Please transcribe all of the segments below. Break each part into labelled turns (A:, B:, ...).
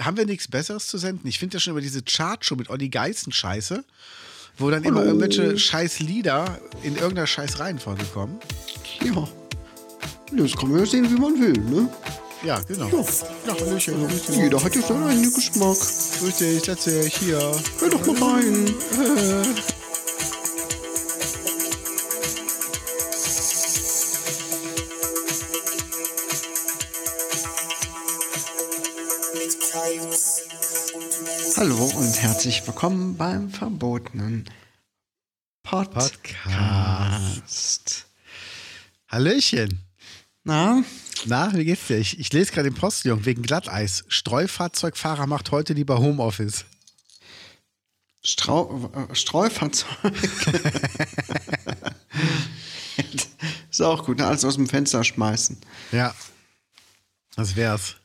A: haben wir nichts Besseres zu senden? Ich finde ja schon über diese Chartshow mit Olli Geißen scheiße, wo dann immer irgendwelche scheiß Lieder in irgendeiner scheiß Reihenfolge kommen.
B: Ja. Das kann man ja sehen, wie man will, ne?
A: Ja, genau.
B: Ja. Jeder hat ja seinen eigenen Geschmack.
A: Richtig, letzte hier.
B: Hör doch mal rein. Hallo und herzlich willkommen beim verbotenen Podcast.
A: Podcast. Hallöchen.
B: Na,
A: Na, wie geht's dir? Ich, ich lese gerade den Postillon wegen Glatteis. Streufahrzeugfahrer macht heute lieber Homeoffice.
B: Strau äh, Streufahrzeug. ist auch gut, ne? alles aus dem Fenster schmeißen.
A: Ja. Das wär's.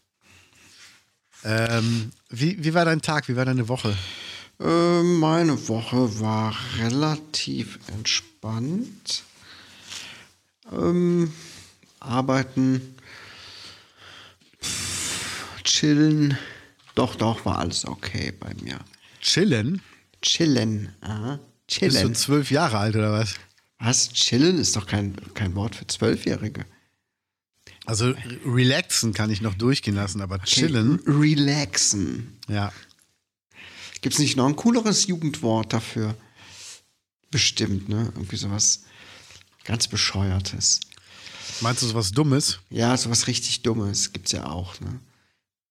A: Ähm, wie, wie war dein Tag? Wie war deine Woche?
B: Äh, meine Woche war relativ entspannt. Ähm, arbeiten, pff, chillen. Doch, doch, war alles okay bei mir.
A: Chillen?
B: Chillen, aha.
A: Bist du
B: Chillen.
A: zwölf Jahre alt oder was?
B: Was? Chillen ist doch kein, kein Wort für Zwölfjährige.
A: Also re- relaxen kann ich noch durchgehen lassen, aber chillen,
B: Okay, Relaxen.
A: ja.
B: Gibt es nicht noch ein cooleres Jugendwort dafür? Bestimmt, ne? Irgendwie sowas ganz Bescheuertes.
A: Meinst du sowas Dummes?
B: Ja, sowas richtig Dummes gibt es ja auch, ne?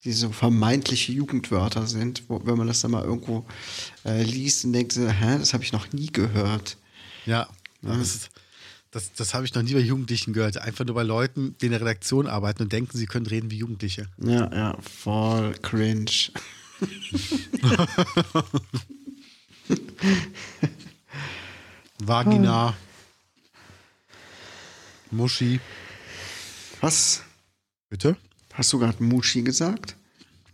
B: Die so vermeintliche Jugendwörter sind, wo, wenn man das dann mal irgendwo äh, liest und denkt, so, hä, das habe ich noch nie gehört.
A: Ja.
B: Mhm.
A: Das, ist- das, das habe ich noch nie bei Jugendlichen gehört. Einfach nur bei Leuten, die in der Redaktion arbeiten und denken, sie können reden wie Jugendliche.
B: Ja, ja, voll cringe.
A: Vagina. Muschi.
B: Was?
A: Bitte?
B: Hast du gerade Muschi gesagt?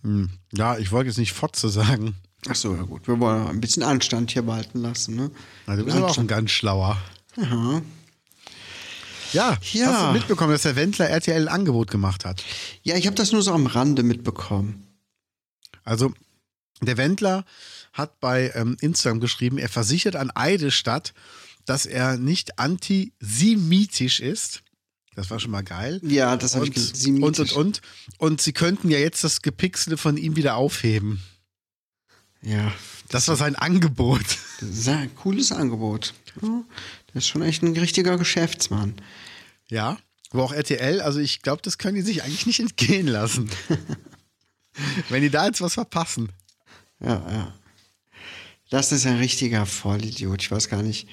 A: Hm. Ja, ich wollte jetzt nicht Fotze sagen.
B: Ach so, ja gut. Wir wollen ein bisschen Anstand hier walten lassen, ne?
A: Na, du bist aber auch ein ganz schlauer.
B: Aha.
A: Ja,
B: Ja.
A: hast du mitbekommen, dass der Wendler RTL ein Angebot gemacht hat?
B: Ja, ich habe das nur so am Rande mitbekommen.
A: Also, der Wendler hat bei ähm, Instagram geschrieben, er versichert an Eidestadt, dass er nicht antisemitisch ist. Das war schon mal geil.
B: Ja, das habe ich
A: Und,
B: gesehen.
A: und, und, und. Und sie könnten ja jetzt das Gepixelte von ihm wieder aufheben.
B: Ja,
A: Das war sein Angebot.
B: das ist ein cooles Angebot. Ja, das ist schon echt ein richtiger Geschäftsmann.
A: Ja. Aber auch RTL, also ich glaube, das können die sich eigentlich nicht entgehen lassen. Wenn die da jetzt was verpassen.
B: Ja, ja. Das ist ein richtiger Vollidiot. Ich weiß gar nicht.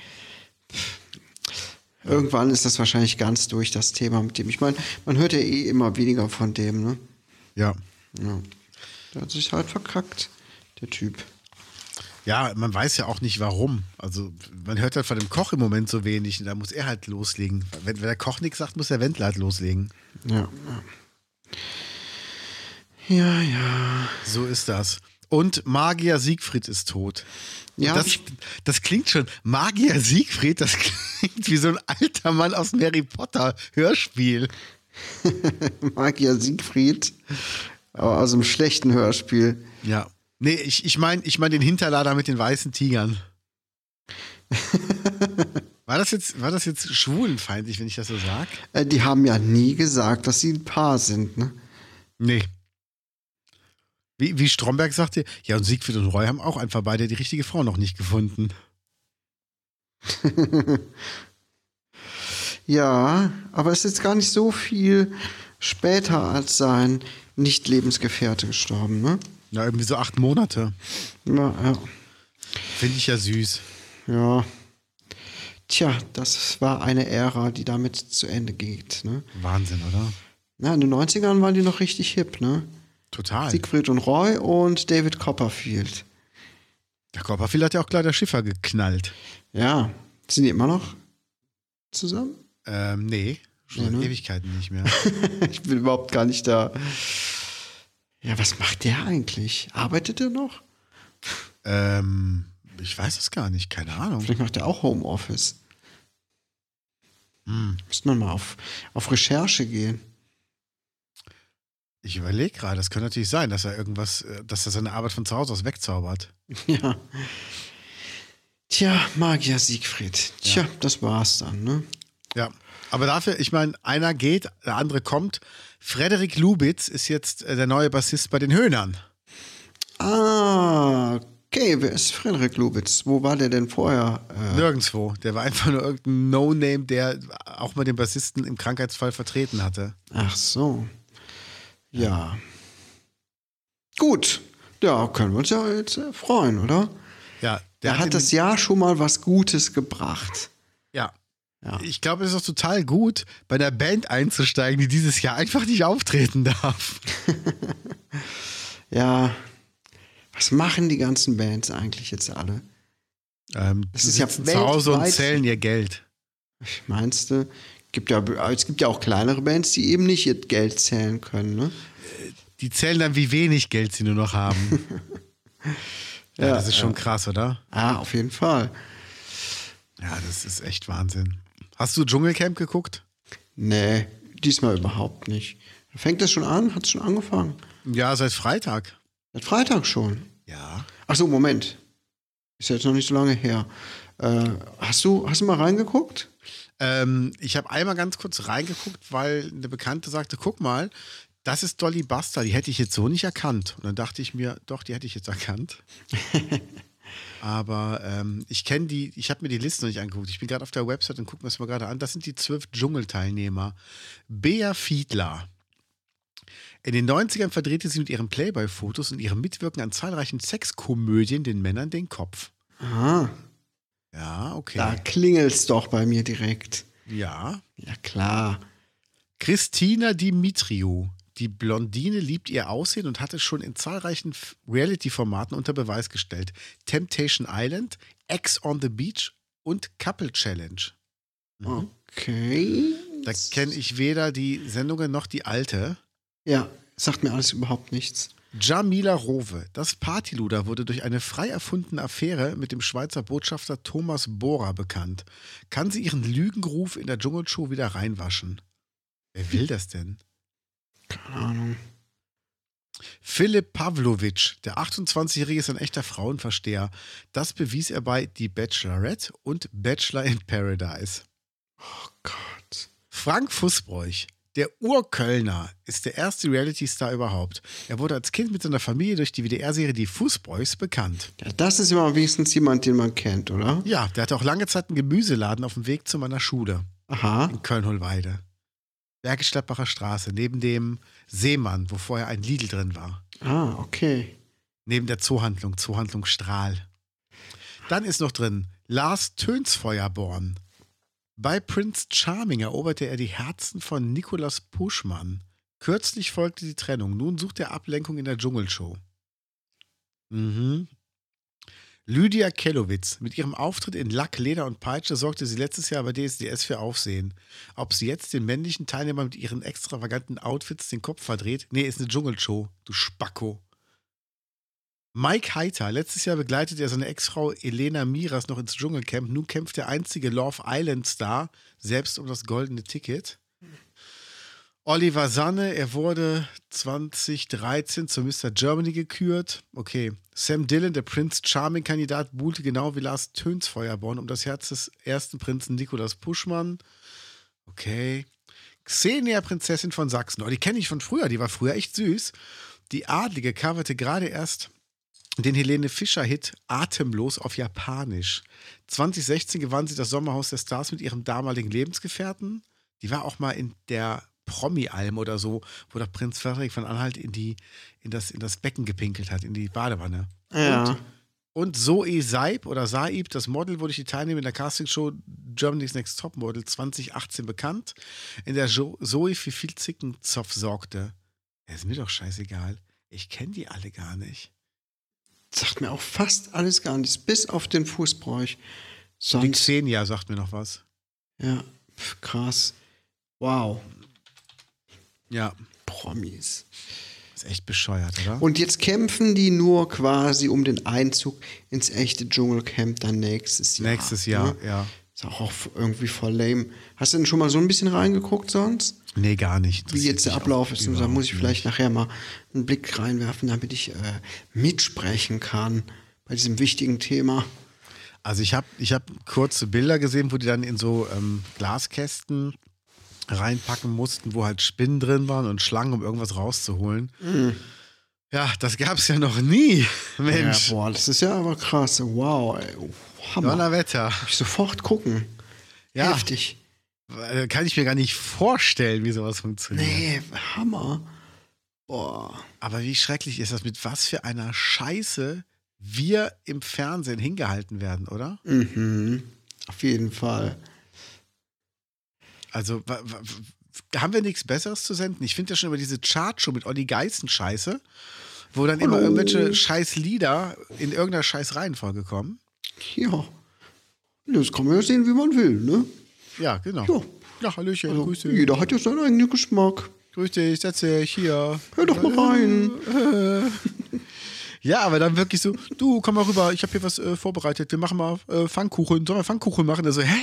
B: Irgendwann ist das wahrscheinlich ganz durch, das Thema mit dem. Ich meine, man hört ja eh immer weniger von dem, ne?
A: Ja.
B: Ja. Der hat sich halt verkackt, der Typ.
A: Ja, man weiß ja auch nicht warum. Also man hört halt von dem Koch im Moment so wenig und da muss er halt loslegen. Wenn, wenn der Koch nichts sagt, muss der Wendler halt loslegen.
B: Ja, ja. Ja, ja.
A: So ist das. Und Magier Siegfried ist tot. Und
B: Ja,
A: das,
B: ich-
A: das klingt schon. Magier Siegfried, das klingt wie so ein alter Mann aus dem Harry Potter Hörspiel.
B: Magier Siegfried. Aber aus einem schlechten Hörspiel.
A: Ja. Nee, ich, ich meine ich mein den Hinterlader mit den weißen Tigern. War das jetzt, war das jetzt schwulenfeindlich, wenn ich das so sage?
B: Äh, die haben ja nie gesagt, dass sie ein Paar sind, ne?
A: Nee. Wie, wie Stromberg sagte, ja, und Siegfried und Roy haben auch einfach beide die richtige Frau noch nicht gefunden.
B: Ja, aber es ist jetzt gar nicht so viel später als sein Nicht-Lebensgefährte gestorben, ne?
A: Ja, irgendwie so acht Monate.
B: Ja,
A: Finde ich ja süß.
B: ja. ja. Tja, das war eine Ära, die damit zu Ende geht, ne?
A: Wahnsinn, oder?
B: Na, in den 90ern waren die noch richtig hip, ne?
A: Total.
B: Siegfried und Roy und David Copperfield.
A: der Copperfield hat ja auch Kleider Schiffer geknallt.
B: Ja, sind die immer noch zusammen?
A: Ähm, nee, schon seit Ewigkeiten nicht mehr.
B: Ich bin überhaupt gar nicht da. Ja, was macht der eigentlich? Arbeitet er noch?
A: ähm, ich weiß es gar nicht, keine Ahnung.
B: Vielleicht macht er auch Homeoffice. Müssen wir mal auf, auf Recherche gehen.
A: Ich überlege gerade, das könnte natürlich sein, dass er irgendwas, äh, dass er seine Arbeit von zu Hause aus wegzaubert.
B: Ja. Tja, Magier Siegfried. Tja, das war's dann, ne?
A: Ja. Aber dafür, ich meine, einer geht, der andere kommt. Frederik Lubitz ist jetzt äh, der neue Bassist bei den Höhnern.
B: Ah, okay, wer ist Frederik Lubitz? Wo war der denn vorher? Äh,
A: Nirgendwo. Der war einfach nur irgendein No-Name, der auch mal den Bassisten im Krankheitsfall vertreten hatte.
B: ach so. Ja. Gut. Ja, können wir uns ja jetzt äh, freuen, oder?
A: Ja,
B: Der
A: in
B: hat das Jahr schon mal was Gutes gebracht.
A: Ja.
B: Ja.
A: Ich glaube, es ist auch total gut, bei einer Band einzusteigen, die dieses Jahr einfach nicht auftreten darf.
B: Ja. Was machen die ganzen Bands eigentlich jetzt alle?
A: Ähm,
B: Das
A: die
B: ist ja
A: sitzen zu Hause und
B: weltweit-
A: zählen ihr Geld.
B: Ich meinste, gibt ja, es gibt ja auch kleinere Bands, die eben nicht ihr Geld zählen können, ne?
A: Die zählen dann, wie wenig Geld sie nur noch haben. ja,
B: Ja,
A: das ist schon krass, oder?
B: Ah, auf jeden Fall.
A: Ja, das ist echt Wahnsinn. Hast du Dschungelcamp geguckt?
B: Nee, diesmal überhaupt nicht. Fängt das schon an? Hat es schon angefangen?
A: Ja, seit Freitag.
B: Seit Freitag schon.
A: Ja.
B: Ach so, Moment. Ist ja jetzt noch nicht so lange her. Äh, hast, du, hast du mal reingeguckt?
A: Ähm, ich habe einmal ganz kurz reingeguckt, weil eine Bekannte sagte: guck mal, das ist Dolly Buster, die hätte ich jetzt so nicht erkannt. Und dann dachte ich mir, doch, die hätte ich jetzt erkannt. Aber ähm, ich kenne die, ich habe mir die Liste noch nicht angeguckt. Ich bin gerade auf der Website und gucke mir das mal gerade an. Das sind die zwölf Dschungelteilnehmer. Bea Fiedler. In den 90ern verdrehte sie mit ihren Playboy-Fotos und ihrem Mitwirken an zahlreichen Sexkomödien den Männern den Kopf.
B: Aha,
A: Ja, okay.
B: Ah, da klingelt's doch bei mir direkt.
A: Ja.
B: Ja, klar.
A: Christina Dimitriou. Die Blondine liebt ihr Aussehen und hat es schon in zahlreichen F- Reality-Formaten unter Beweis gestellt. Temptation Island, Ex on the Beach und Couple Challenge.
B: Okay.
A: Mhm. Da kenne ich weder die Sendungen noch die alte.
B: Ja, sagt mir alles überhaupt nichts.
A: Jamila Rowe, das Partyluder, wurde durch eine frei erfundene Affäre mit dem Schweizer Botschafter Thomas Bora bekannt. Kann sie ihren Lügenruf in der Dschungelshow wieder reinwaschen? Wer will das denn?
B: Keine Ahnung.
A: Philipp Pavlovic, der 28-Jährige, ist ein echter Frauenversteher. Das bewies er bei Die Bachelorette und Bachelor in Paradise.
B: Oh Gott.
A: Frank Fußbräuch, der Urkölner, ist der erste Reality-Star überhaupt. Er wurde als Kind mit seiner Familie durch die WDR-Serie Die Fußbräuchs bekannt.
B: Ja, das ist immer wenigstens jemand, den man kennt, oder?
A: Ja, der hatte auch lange Zeit einen Gemüseladen auf dem Weg zu meiner Schule
B: Aha.
A: in Köln-Hohlweide. Bergisch-Gladbacher Straße, neben dem Seemann, wo vorher ein Lidl drin war.
B: Ah, okay.
A: Neben der Zoohandlung, Zoohandlung Strahl. Dann ist noch drin Lars Tönsfeuerborn. Bei Prince Charming eroberte er die Herzen von Nikolaus Puschmann. Kürzlich folgte die Trennung. Nun sucht er Ablenkung in der Dschungelshow. Mhm. Lydia Kellowitz. Mit ihrem Auftritt in Lack, Leder und Peitsche sorgte sie letztes Jahr bei DSDS für Aufsehen. Ob sie jetzt den männlichen Teilnehmern mit ihren extravaganten Outfits den Kopf verdreht? Nee, ist eine Dschungelshow. Du Spacko. Mike Heiter. Letztes Jahr begleitet er seine Ex-Frau Elena Miras noch ins Dschungelcamp. Nun kämpft der einzige Love Island-Star selbst um das goldene Ticket. Oliver Sanne, er wurde 2013 zu Mr. Germany gekürt. Okay. Sam Dillon, der Prince Charming-Kandidat, buhlte genau wie Lars Tönsfeuerborn um das Herz des ersten Prinzen Nikolaus Puschmann. Okay. Xenia, Prinzessin von Sachsen. Oh, die kenne ich von früher, die war früher echt süß. Die Adlige coverte gerade erst den Helene Fischer-Hit Atemlos auf Japanisch. 2016 gewann sie das Sommerhaus der Stars mit ihrem damaligen Lebensgefährten. Die war auch mal in der Promi-Alm oder so, wo der Prinz Frederik von Anhalt in, die, in, das, in das Becken gepinkelt hat, in die Badewanne.
B: Ja.
A: Und Zoe Saib oder Saib, das Model, wurde durch die Teilnehmer in der Castingshow Germany's Next Top Model 2018 bekannt, in der jo Zoe für viel Zickenzopf sorgte. Ja, ist mir doch scheißegal. Ich kenne die alle gar nicht.
B: Sagt mir auch fast alles gar nichts, bis auf den Fußbräuch.
A: Die
B: Sonst,
A: Xenia sagt mir noch was.
B: ja, pf, krass. Wow,
A: Ja.
B: Promis.
A: Ist echt bescheuert, oder?
B: Und jetzt kämpfen die nur quasi um den Einzug ins echte Dschungelcamp dann nächstes Jahr.
A: Nächstes Jahr,
B: ne?
A: ja.
B: Ist auch, auch irgendwie voll lame. Hast du denn schon mal so ein bisschen reingeguckt sonst?
A: Nee, gar nicht.
B: wie jetzt der
A: Interessiert
B: Ablauf
A: mich auch
B: ist. Und da muss ich
A: überhaupt
B: vielleicht nachher mal einen Blick reinwerfen, damit ich äh, mitsprechen kann bei diesem wichtigen Thema.
A: Also ich habe ich hab kurze Bilder gesehen, wo die dann in so ähm, Glaskästen reinpacken mussten, wo halt Spinnen drin waren und Schlangen, um irgendwas rauszuholen. Ja, das gab es ja noch nie, Mensch.
B: Mhm. Ja, boah, das ist ja aber krass. Wow, ey. Hammer.
A: Donnerwetter.
B: Muss ich sofort gucken.
A: Ja.
B: Heftig.
A: Äh, Kann ich mir gar nicht vorstellen, wie sowas funktioniert.
B: Nee, Hammer. Boah.
A: Aber wie schrecklich ist das, mit was für einer Scheiße wir im Fernsehen hingehalten werden, oder?
B: Mhm. Auf jeden Fall.
A: Also wa- wa- wa- haben wir nichts Besseres zu senden? Ich finde ja schon über diese Chartshow mit Olli Geißen scheiße, wo dann immer
B: Hallo.
A: irgendwelche scheiß Lieder in irgendeiner scheiß Reihenfolge kommen.
B: Ja. Das kann man ja sehen, wie man will, ne?
A: Ja, genau.
B: Ja.
A: Ja, Hallöchen,
B: Also,
A: grüß dich.
B: jeder hat ja seinen eigenen Geschmack.
A: Grüß dich, setz dich hier.
B: Hör doch mal rein.
A: Ja, aber dann wirklich so, du, komm mal rüber, ich habe hier was äh, vorbereitet, wir machen mal äh, Pfannkuchen, sollen wir Pfannkuchen machen? Also, hä?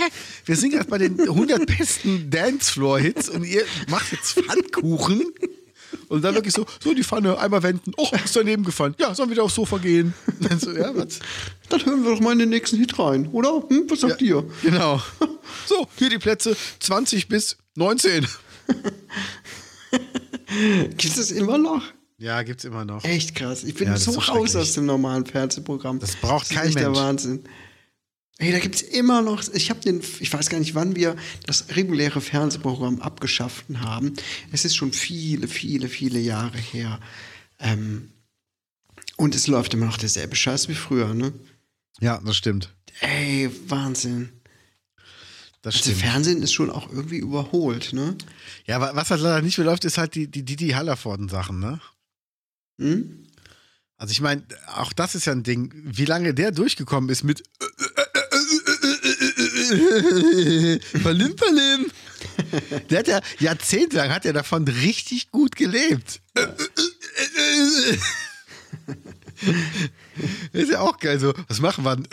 A: Wir sind gerade bei den 100 besten Dancefloor-Hits und ihr macht jetzt Pfannkuchen? Und dann wirklich so, so die Pfanne, einmal wenden, oh, ist daneben gefallen, ja, sollen wir wieder aufs Sofa gehen? Dann so, ja, was?
B: Dann hören wir doch mal in den nächsten Hit rein, oder? Hm, was sagt ihr?
A: Genau. So, hier die Plätze 20 bis 19.
B: Gibt es immer noch?
A: Ja, gibt's immer noch.
B: Echt krass. Ich bin
A: Ja, das
B: so
A: ist so
B: raus
A: schrecklich.
B: aus dem normalen Fernsehprogramm.
A: Das braucht
B: ist
A: kein
B: echt
A: Mensch.
B: der Wahnsinn. Hey, da gibt es immer noch, ich habe den, ich weiß gar nicht, wann wir das reguläre Fernsehprogramm abgeschafft haben. Es ist schon viele, viele, viele Jahre her. Ähm, und es läuft immer noch derselbe Scheiß wie früher, ne?
A: Ja, das stimmt.
B: Ey, Wahnsinn.
A: Das
B: Also
A: stimmt.
B: Fernsehen ist schon auch irgendwie überholt, ne?
A: Ja, wa- was halt leider nicht mehr läuft, ist halt die, die Didi Hallervorden-Sachen, ne?
B: Hm?
A: Also ich meine, auch das ist ja ein Ding, wie lange der durchgekommen ist mit Palim Palim. Der hat ja jahrzehntelang hat er davon richtig gut gelebt. Ist ja auch geil so. Was machen wir denn?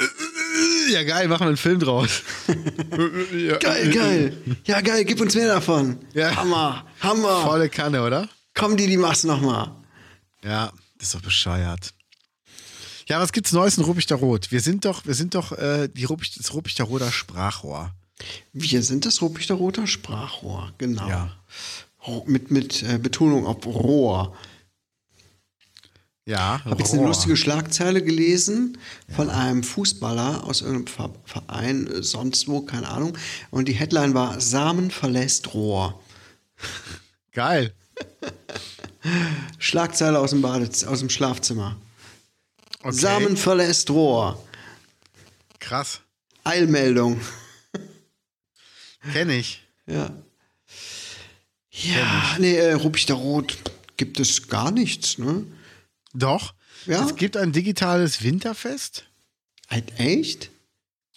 A: Ja geil, machen wir einen Film draus.
B: Geil, geil. Ja, geil, gib uns mehr davon.
A: Äh, Ja.
B: Hammer, Hammer.
A: Volle Kanne, oder?
B: Komm, die, die mach's nochmal.
A: Ja, das ist doch bescheuert. Ja, was gibt's Neues in Ruppichter Rot? Wir sind doch, wir sind doch äh, die Ruppich, das Ruppichter Roder Sprachrohr.
B: Wir sind das Ruppichter Roter Sprachrohr, genau.
A: Ja.
B: Ro- Mit, mit äh, Betonung auf Rohr.
A: Ja,
B: Ich habe jetzt eine lustige Schlagzeile gelesen von einem Fußballer aus irgendeinem Ver- Verein, äh, sonst wo, keine Ahnung. Und die Headline war: Samen verlässt Rohr.
A: Geil.
B: Schlagzeile aus dem, Badez aus dem Schlafzimmer.
A: Okay.
B: Samen verlässt Rohr.
A: Krass.
B: Eilmeldung.
A: Kenn ich.
B: Ja. Ja, nee, äh, Ruppichter Rot gibt es gar nichts, ne?
A: Doch.
B: Ja?
A: Es gibt ein digitales Winterfest.
B: Halt echt?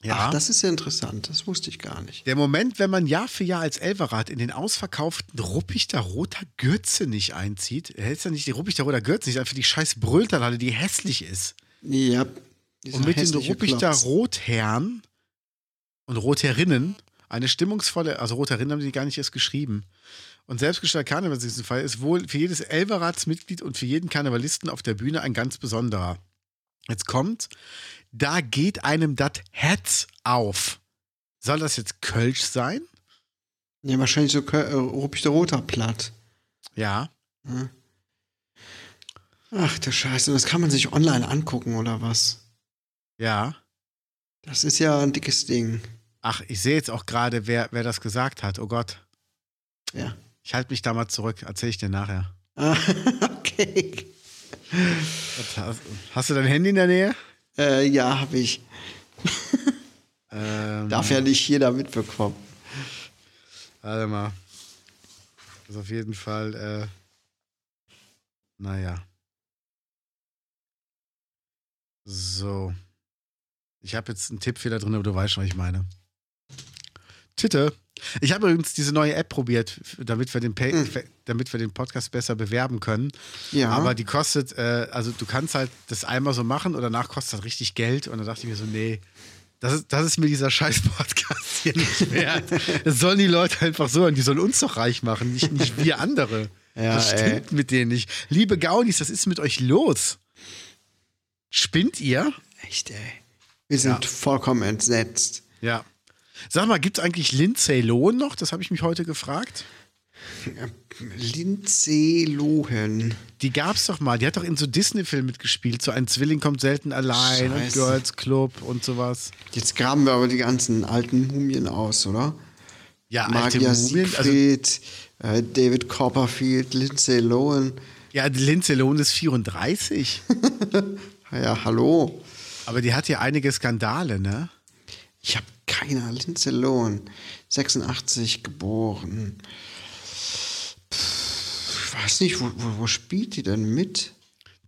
A: Ja.
B: Ach, das ist ja interessant. Das wusste ich gar nicht.
A: Der Moment, wenn man Jahr für Jahr als Elverrat in den ausverkauften Ruppichter Roter Gürze nicht einzieht, hältst ja nicht die Ruppichter Roter Gürze nicht, einfach die scheiß Brülltanhalle, die hässlich ist.
B: Ja.
A: und mit den Ruppichter Rotherren und Rotherrinnen eine stimmungsvolle, also Rotherinnen haben die gar nicht erst geschrieben. Und selbstgestellter Karnevalsfeier ist wohl für jedes Elverratsmitglied und für jeden Karnevalisten auf der Bühne ein ganz besonderer. Jetzt kommt, da geht einem dat Herz auf. Soll das jetzt Kölsch sein?
B: Ja, wahrscheinlich so Kö- äh, Ruppichter Roter platt. ne?
A: Ja.
B: Ach du Scheiße, das kann man sich online angucken oder was?
A: Ja.
B: Das ist ja ein dickes Ding.
A: Ach, ich sehe jetzt auch gerade, wer, wer das gesagt hat. Oh Gott.
B: Ja.
A: Ich halte mich da mal zurück. Erzähle ich dir nachher.
B: Ah, okay.
A: Hast, hast du dein Handy in der Nähe?
B: Äh, ja, habe ich.
A: Ähm,
B: Darf ja nicht jeder mitbekommen.
A: Warte mal. Das ist auf jeden Fall, äh, naja. So. Ich habe jetzt einen Tippfehler drin, aber du weißt schon, was ich meine. Titte. Ich habe übrigens diese neue App probiert, f- damit wir den, Pay f- damit wir den Podcast besser bewerben können.
B: Ja.
A: Aber die kostet, äh, also du kannst halt das einmal so machen und danach kostet das richtig Geld. Und dann dachte ich mir so, nee, Das ist, das ist mir dieser scheiß Podcast hier nicht wert. Das sollen die Leute einfach so hören. Die sollen uns doch reich machen, nicht, nicht wir andere.
B: Ja,
A: das stimmt mit denen nicht. Liebe Gaunis, was ist mit euch los? Spinnt ihr?
B: Echt, ey. Wir sind vollkommen entsetzt.
A: Ja. Sag mal, gibt es eigentlich Lindsay Lohan noch? Das habe ich mich heute gefragt.
B: Äh, Lindsay Lohan.
A: Die gab's doch mal. Die hat doch in so Disney-Filmen mitgespielt. So ein Zwilling kommt selten allein und
B: Scheiße.
A: Girls Club und sowas.
B: Jetzt graben wir aber die ganzen alten Mumien aus, oder?
A: Ja,
B: Magier
A: Mumien, also
B: Siegfried, äh, David Copperfield, Lindsay Lohan.
A: Ja, die Lindsay Lohan ist 34.
B: Ja, hallo.
A: Aber die hat ja einige Skandale, ne?
B: Ich habe keiner. Lindsay Lohan, 86 geboren. Pff, ich weiß nicht, wo, wo, wo spielt die denn mit?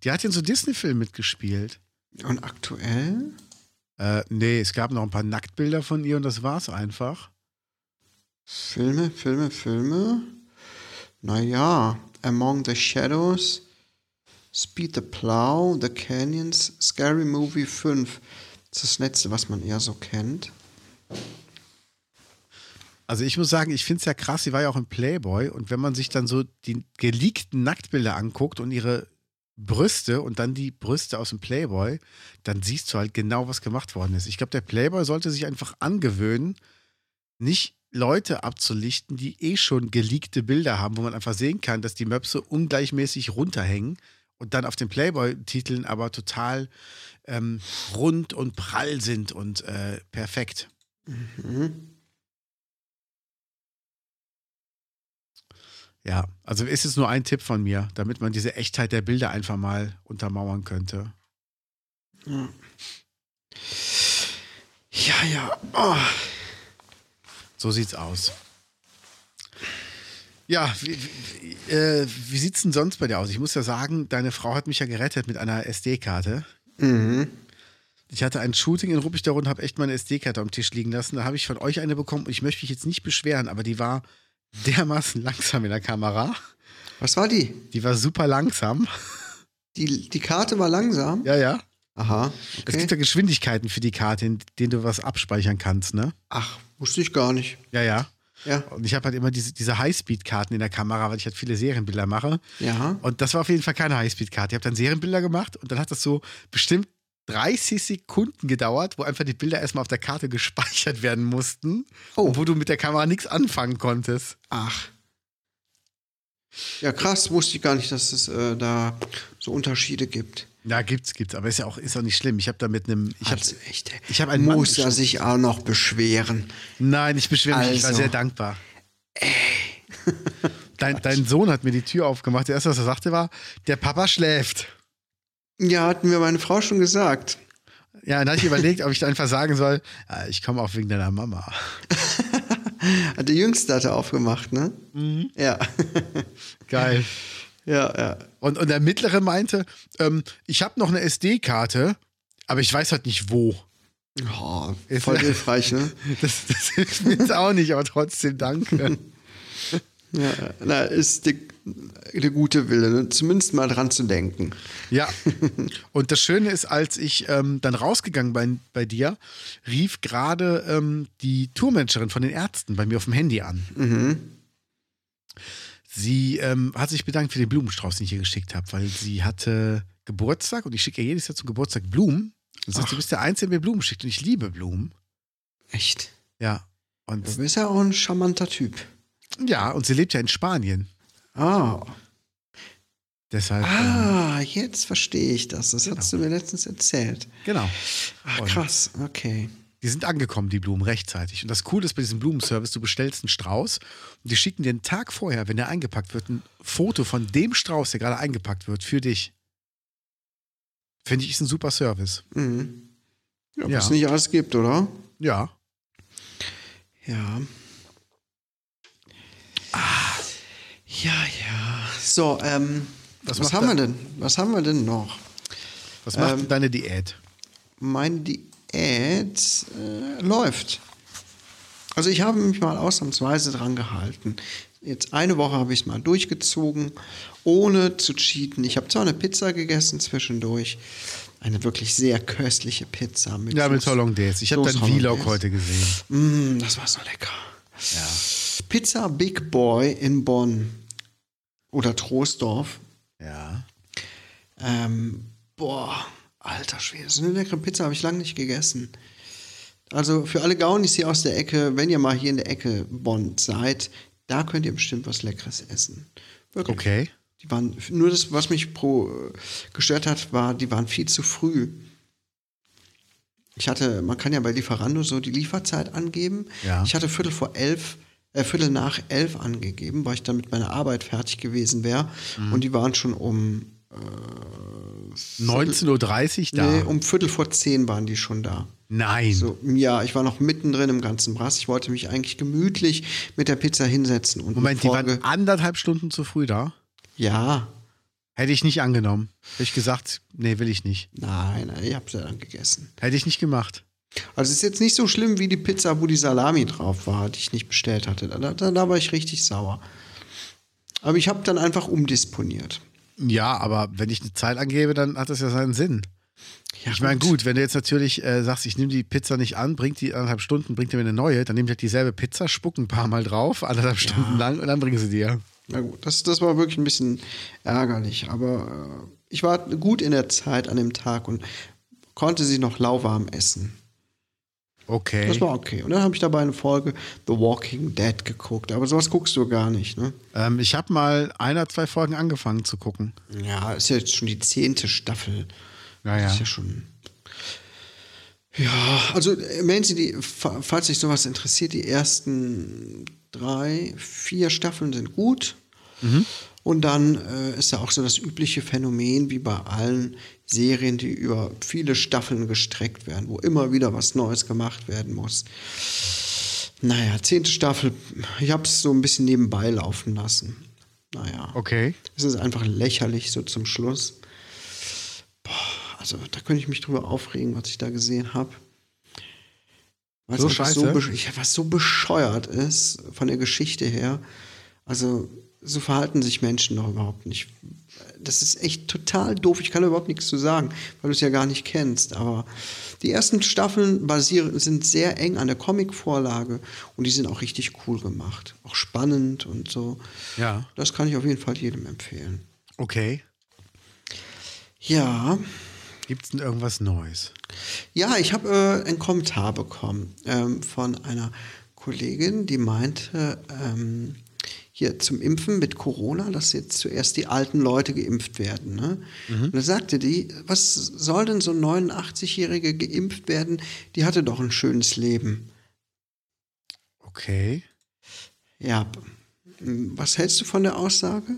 A: Die hat ja in so Disney-Filmen mitgespielt.
B: Und aktuell?
A: Äh, nee, es gab noch ein paar Nacktbilder von ihr und das war's einfach.
B: Filme, Filme, Filme. Naja, Among the Shadows, Speed the Plow, The Canyons, Scary Movie 5. Das ist das letzte, was man eher so kennt.
A: Also ich muss sagen, ich finde es ja krass, sie war ja auch im Playboy und wenn man sich dann so die geleakten Nacktbilder anguckt und ihre Brüste und dann die Brüste aus dem Playboy, dann siehst du halt genau, was gemacht worden ist. Ich glaube, der Playboy sollte sich einfach angewöhnen, nicht Leute abzulichten, die eh schon geleakte Bilder haben, wo man einfach sehen kann, dass die Möpse ungleichmäßig runterhängen und dann auf den Playboy-Titeln aber total ähm, rund und prall sind und äh, perfekt.
B: Mhm.
A: Ja, also ist jetzt nur ein Tipp von mir, damit man diese Echtheit der Bilder einfach mal untermauern könnte.
B: Ja, ja. ja. Oh.
A: So sieht's aus. Ja, wie, wie, äh, wie sieht's denn sonst bei dir aus? Ich muss ja sagen, deine Frau hat mich ja gerettet mit einer SD-Karte.
B: Mhm.
A: Ich hatte ein Shooting in Ruppig und habe echt meine SD-Karte am Tisch liegen lassen. Da habe ich von euch eine bekommen und ich möchte mich jetzt nicht beschweren, aber die war dermaßen langsam in der Kamera.
B: Was war die?
A: Die war super langsam.
B: Die, die Karte war langsam?
A: Ja, ja.
B: Aha.
A: Es gibt
B: Okay.
A: ja Geschwindigkeiten für die Karte, in denen du was abspeichern kannst, ne?
B: Ach, wusste ich gar nicht.
A: Ja, ja.
B: Ja.
A: Und ich habe halt immer diese, diese Highspeed-Karten in der Kamera, weil ich halt viele Serienbilder mache.
B: Ja.
A: Und das war auf jeden Fall keine Highspeed-Karte. Ich habe dann Serienbilder gemacht und dann hat das so bestimmt 30 Sekunden gedauert, wo einfach die Bilder erstmal auf der Karte gespeichert werden mussten.
B: Oh.
A: Und wo du mit der Kamera nichts anfangen konntest.
B: Ach. Ja, krass, wusste ich gar nicht, dass es äh, da so Unterschiede gibt.
A: Na, gibt's, gibt's. Aber ist ja auch, ist auch nicht schlimm. Ich habe da mit einem. Ich hab,
B: also echt, ey.
A: ich hab einen Mann
B: muss er sich auch noch beschweren.
A: Nein, ich beschwere mich. Ich war
B: Also.
A: sehr dankbar. Dein, dein Sohn hat mir die Tür aufgemacht. Das erste, was er sagte, war: Der Papa schläft.
B: Ja, hat mir meine Frau schon gesagt.
A: Ja, dann habe ich überlegt, ob ich einfach sagen soll, "Ah, ich komme auch wegen deiner Mama.
B: Der Jüngste hat er aufgemacht, ne?
A: Mhm.
B: Ja.
A: Geil.
B: ja, ja.
A: Und, und der Mittlere meinte, ähm, ich habe noch eine SD-Karte, aber ich weiß halt nicht wo.
B: Oh,
A: Ist-
B: voll hilfreich, ne?
A: Das, das hilft mir jetzt auch nicht, aber trotzdem danke.
B: Ja, na, ist die- der gute Wille, ne? zumindest mal dran zu denken.
A: Ja. Und das Schöne ist, als ich ähm, dann rausgegangen bin bei dir, rief gerade ähm, die Tourmanagerin von den Ärzten bei mir auf dem Handy an.
B: Mhm.
A: Sie ähm, hat sich bedankt für den Blumenstrauß, den ich ihr geschickt habe, weil sie hatte Geburtstag und ich schicke ihr jedes Jahr zum Geburtstag Blumen. Das heißt, du bist der Einzige, der mir Blumen schickt und ich liebe Blumen.
B: Echt?
A: Ja. Und
B: Du bist ja auch ein charmanter Typ.
A: ja, und sie lebt ja in Spanien.
B: Ah,
A: Deshalb. Ähm,
B: ah jetzt verstehe ich das. Das hast du mir letztens erzählt.
A: genau.
B: Ach,
A: Und-
B: krass, okay.
A: Die sind angekommen, die Blumen, rechtzeitig. Und das Coole ist bei diesem Blumenservice, du bestellst einen Strauß und die schicken dir einen Tag vorher, wenn der eingepackt wird, ein Foto von dem Strauß, der gerade eingepackt wird, für dich. Finde ich, ist ein super Service.
B: Mhm. Ja,
A: Ja.
B: was nicht alles gibt, oder?
A: Ja.
B: Ja. Ah. Ja, ja. So, ähm,
A: Was
B: was,
A: macht
B: haben wir
A: er-
B: denn? Was haben wir denn noch?
A: Was macht
B: Ähm.
A: denn deine Diät?
B: Meine Diät äh, läuft. Also ich habe mich mal ausnahmsweise dran gehalten. Jetzt eine Woche habe ich es mal durchgezogen, ohne zu cheaten. Ich habe zwar eine Pizza gegessen zwischendurch, eine wirklich sehr köstliche Pizza mit
A: Ja, mit
B: Soße.
A: Hollandaise. Ich habe
B: Soße
A: deinen Vlog
B: Hollandaise.
A: heute gesehen.
B: Mm, das war so lecker.
A: Ja.
B: Pizza Big Boy in Bonn oder Troisdorf.
A: Ja.
B: Ähm, boah, alter Schwede, so eine leckere Pizza habe ich lange nicht gegessen. Also für alle Gaunis hier aus der Ecke, wenn ihr mal hier in der Ecke Bonn seid, da könnt ihr bestimmt was Leckeres essen. Wirklich.
A: Okay.
B: Die waren, nur das, was mich pro, äh, gestört hat, war, die waren viel zu früh. Ich hatte, man kann ja bei Lieferando so die Lieferzeit angeben.
A: Ja.
B: Ich hatte Viertel vor elf, äh, Viertel nach elf angegeben, weil ich dann mit meiner Arbeit fertig gewesen wäre.
A: Mhm.
B: Und die waren schon um,
A: 19.30 Uhr da.
B: nee, um Viertel vor zehn waren die schon da.
A: Nein.
B: So, ja, ich war noch mittendrin im ganzen Brass. Ich wollte mich eigentlich gemütlich mit der Pizza hinsetzen. Und
A: Moment, die
B: mit Folge-
A: waren anderthalb Stunden zu früh da.
B: Ja,
A: Hätte ich nicht angenommen. Hätte ich gesagt, nee, will ich nicht.
B: nein, nein, ich hab's ja dann gegessen.
A: Hätte ich nicht gemacht.
B: Also es ist jetzt nicht so schlimm wie die Pizza, wo die Salami drauf war, die ich nicht bestellt hatte. Da, da, da war ich richtig sauer. Aber ich habe dann einfach umdisponiert.
A: Ja, aber wenn ich eine Zeit angebe, dann hat das ja seinen Sinn.
B: Ja,
A: Ich meine, gut, wenn du jetzt natürlich äh, sagst, ich nehme die Pizza nicht an, bringt die anderthalb Stunden, bringt dir eine neue, dann nehme ich halt dieselbe Pizza, spuck ein paar Mal drauf, anderthalb Stunden lang und dann bringen sie dir.
B: Na gut, das, das war wirklich ein bisschen ärgerlich. Aber äh, ich war gut in der Zeit an dem Tag und konnte sie noch lauwarm essen.
A: Okay.
B: Das war okay. Und dann habe ich dabei eine Folge The Walking Dead geguckt. Aber sowas guckst du gar nicht, ne?
A: Ähm, ich habe mal ein oder zwei Folgen angefangen zu gucken.
B: Ja, ist ja jetzt schon die zehnte Staffel.
A: Naja.
B: Das ist ja schon. Ja, also äh, Manson, die, fa- falls sich sowas interessiert, die ersten drei, vier Staffeln sind gut. Mhm. Und dann äh, ist ja auch so das übliche Phänomen, wie bei allen Serien, die über viele Staffeln gestreckt werden, wo immer wieder was Neues gemacht werden muss. Naja, zehnte Staffel, ich habe es so ein bisschen nebenbei laufen lassen. Naja.
A: Okay.
B: Es ist einfach lächerlich so zum Schluss. Boah, also da könnte ich mich drüber aufregen, was ich da gesehen habe. Weil
A: So
B: es einfach
A: scheiße?
B: So besch- ja, was so bescheuert ist von der Geschichte her. Also so verhalten sich Menschen doch überhaupt nicht. Das ist echt total doof. Ich kann da überhaupt nichts zu sagen, weil du es ja gar nicht kennst. Aber die ersten Staffeln basieren, sind sehr eng an der Comic-Vorlage und die sind auch richtig cool gemacht. Auch spannend und so.
A: Ja.
B: Das kann ich auf jeden Fall jedem empfehlen.
A: Okay.
B: Ja,
A: Gibt es denn irgendwas Neues?
B: ja, ich habe äh, einen Kommentar bekommen ähm, von einer Kollegin, die meinte, ähm, hier zum Impfen mit Corona, dass jetzt zuerst die alten Leute geimpft werden. Ne? Und da sagte die, was soll denn so ein 89-Jährige geimpft werden? Die hatte doch ein schönes Leben.
A: Okay.
B: Ja, m, was hältst du von der Aussage?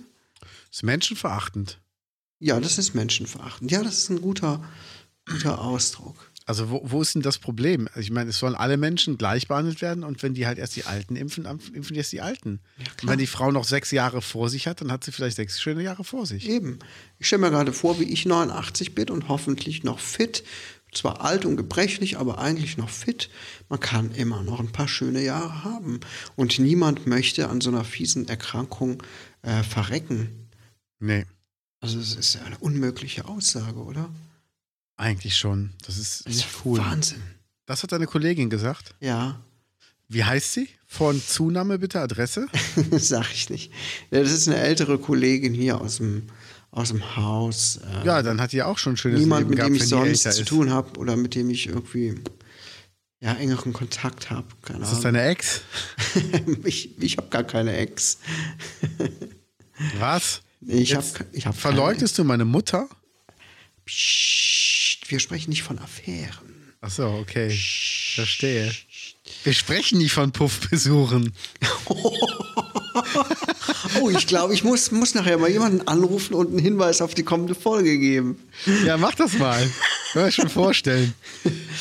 A: Ist menschenverachtend.
B: Ja, das ist menschenverachtend. Ja, das ist ein guter, guter Ausdruck.
A: Also wo, wo ist denn das Problem? Ich meine, es sollen alle Menschen gleich behandelt werden und wenn die halt erst die Alten impfen, am- impfen die erst die Alten. und wenn die Frau noch sechs Jahre vor sich hat, dann hat sie vielleicht sechs schöne Jahre vor sich.
B: Eben. Ich stelle mir gerade vor, wie ich 89 bin und hoffentlich noch fit. Zwar alt und gebrechlich, aber eigentlich noch fit. Man kann immer noch ein paar schöne Jahre haben. Und niemand möchte an so einer fiesen Erkrankung äh, verrecken.
A: Nee,
B: Also es ist ja eine unmögliche Aussage, oder?
A: eigentlich schon. Das ist
B: Das ist
A: nicht cool.
B: Wahnsinn.
A: Das hat deine Kollegin gesagt.
B: Ja,
A: Wie heißt sie? Von Zunahme bitte Adresse?
B: sag ich nicht. Ja, Das ist eine ältere Kollegin hier aus dem, aus dem Haus. Äh,
A: Ja, dann hat die auch schon ein schönes
B: niemand,
A: Leben
B: mit
A: gehabt,
B: dem ich
A: wenn die
B: sonst
A: älter
B: zu
A: ist.
B: tun habe oder mit dem ich irgendwie ja, engeren Kontakt habe. Keine
A: Ist
B: Ahnung.
A: das deine Ex?
B: ich ich habe gar keine Ex.
A: Was?
B: Ich habe
A: Jetzt
B: ich hab
A: Verleugnest du meine Mutter?
B: Keine, Psst, wir sprechen nicht von Affären.
A: Ach so, okay. Verstehe. Wir sprechen nicht von Puffbesuchen.
B: Oh, ich glaube, ich muss, muss nachher mal jemanden anrufen und einen Hinweis auf die kommende Folge geben.
A: Ja, mach das mal. Kann ich schon vorstellen.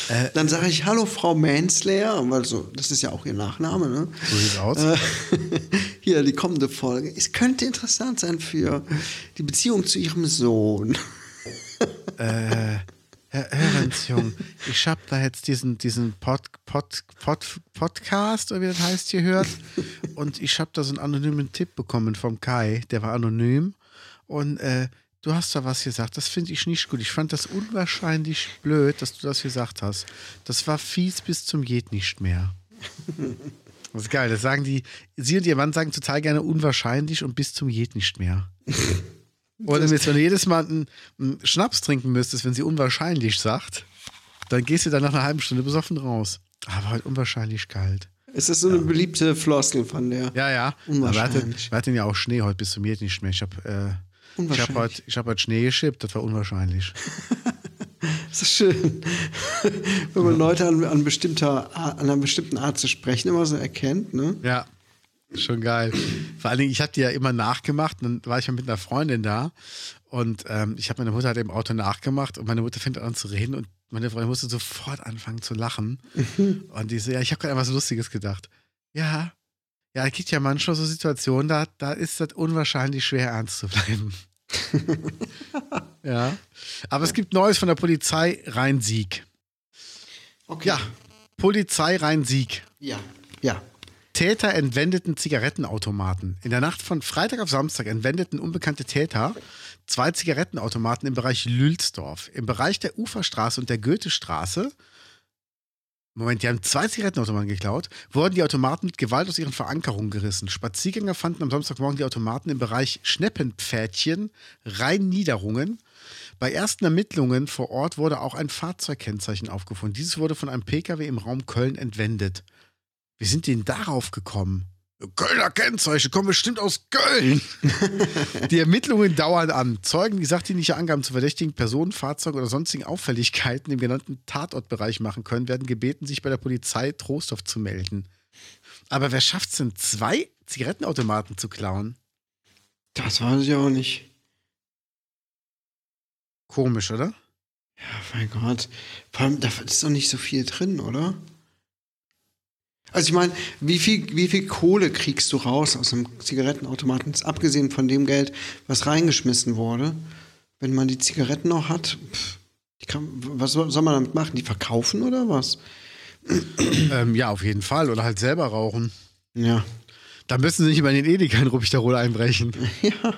B: Äh, Dann sage ich, hallo Frau Manslayer, weil so, das ist ja auch ihr Nachname, ne?
A: So sieht's aus.
B: Äh, Hier, die kommende Folge. Es könnte interessant sein für die Beziehung zu ihrem Sohn.
A: Herr Ehrensjung, ich habe da jetzt diesen, diesen Pod, Pod, Pod, Podcast, oder wie das heißt, gehört. Und ich habe da so einen anonymen Tipp bekommen vom Kai, der war anonym. Und äh, du hast da was gesagt, das finde ich nicht gut. Ich fand das unwahrscheinlich blöd, dass du das gesagt hast. Das war fies bis zum Geht nicht mehr. Das ist geil, das sagen die, sie und ihr Mann sagen total gerne unwahrscheinlich und bis zum Geht nicht mehr. Oder jetzt, wenn du jedes Mal einen, einen Schnaps trinken müsstest, wenn sie unwahrscheinlich sagt, dann gehst du dann nach einer halben Stunde besoffen raus. Aber halt unwahrscheinlich kalt.
B: Es ist so eine beliebte Floskel von der.
A: Ja, ja. Aber wir hatten,
B: Unwahrscheinlich.
A: wir hatten ja auch Schnee heute bis zum Geht nicht mehr. Ich habe äh, ich hab
B: Unwahrscheinlich.
A: heute ich hab heute Schnee geschippt, das war unwahrscheinlich.
B: Das ist schön. Wenn man Leute an, an, bestimmter, Ar- an einer bestimmten Art zu sprechen immer so erkennt, ne?
A: Ja, schon geil. Vor allen Dingen, ich habe die ja immer nachgemacht. Und dann war ich mal mit einer Freundin da und ähm, ich habe meine Mutter halt im Auto nachgemacht und meine Mutter fängt an zu reden und meine Freundin musste sofort anfangen zu lachen. und die so, ja, ich habe gerade an was Lustiges gedacht. Ja, ja, es gibt ja manchmal so Situationen, da, da ist das unwahrscheinlich schwer ernst zu bleiben. ja, aber es gibt Neues von der Polizei Rhein-Sieg.
B: Okay.
A: Ja, Polizei Rhein-Sieg.
B: Ja. Ja.
A: Täter entwendeten Zigarettenautomaten. In der Nacht von Freitag auf Samstag entwendeten unbekannte Täter zwei Zigarettenautomaten im Bereich Lülsdorf. Im Bereich der Uferstraße und der Goethestraße. Moment, die haben zwei Zigarettenautomaten geklaut, wurden die Automaten mit Gewalt aus ihren Verankerungen gerissen. Spaziergänger fanden am Samstagmorgen die Automaten im Bereich Schneppenpfädchen, Rhein-Niederungen. Bei ersten Ermittlungen vor Ort wurde auch ein Fahrzeugkennzeichen aufgefunden. Dieses wurde von einem Pkw im Raum Köln entwendet. Wie sind denn darauf gekommen? Kölner Kennzeichen kommen bestimmt aus Köln. die Ermittlungen dauern an. Zeugen, die sachdienliche Angaben zu verdächtigen Personen, Fahrzeugen oder sonstigen Auffälligkeiten im genannten Tatortbereich machen können, werden gebeten, sich bei der Polizei Trostorf zu melden. Aber wer schafft es denn, zwei Zigarettenautomaten zu klauen?
B: Das weiß ich auch nicht.
A: Komisch, oder?
B: Ja, Oh mein Gott. Vor allem, da ist doch nicht so viel drin, oder? Also ich meine, wie viel, wie viel Kohle kriegst du raus aus einem Zigarettenautomaten, Jetzt abgesehen von dem Geld, was reingeschmissen wurde? Wenn man die Zigaretten noch hat, pff, die kann, was soll soll man damit machen? Die verkaufen oder was?
A: Ähm, ja, auf jeden Fall. Oder halt selber rauchen.
B: Ja.
A: Da müssen sie nicht mal in den Edeka in Ruppichterol einbrechen.
B: Ja.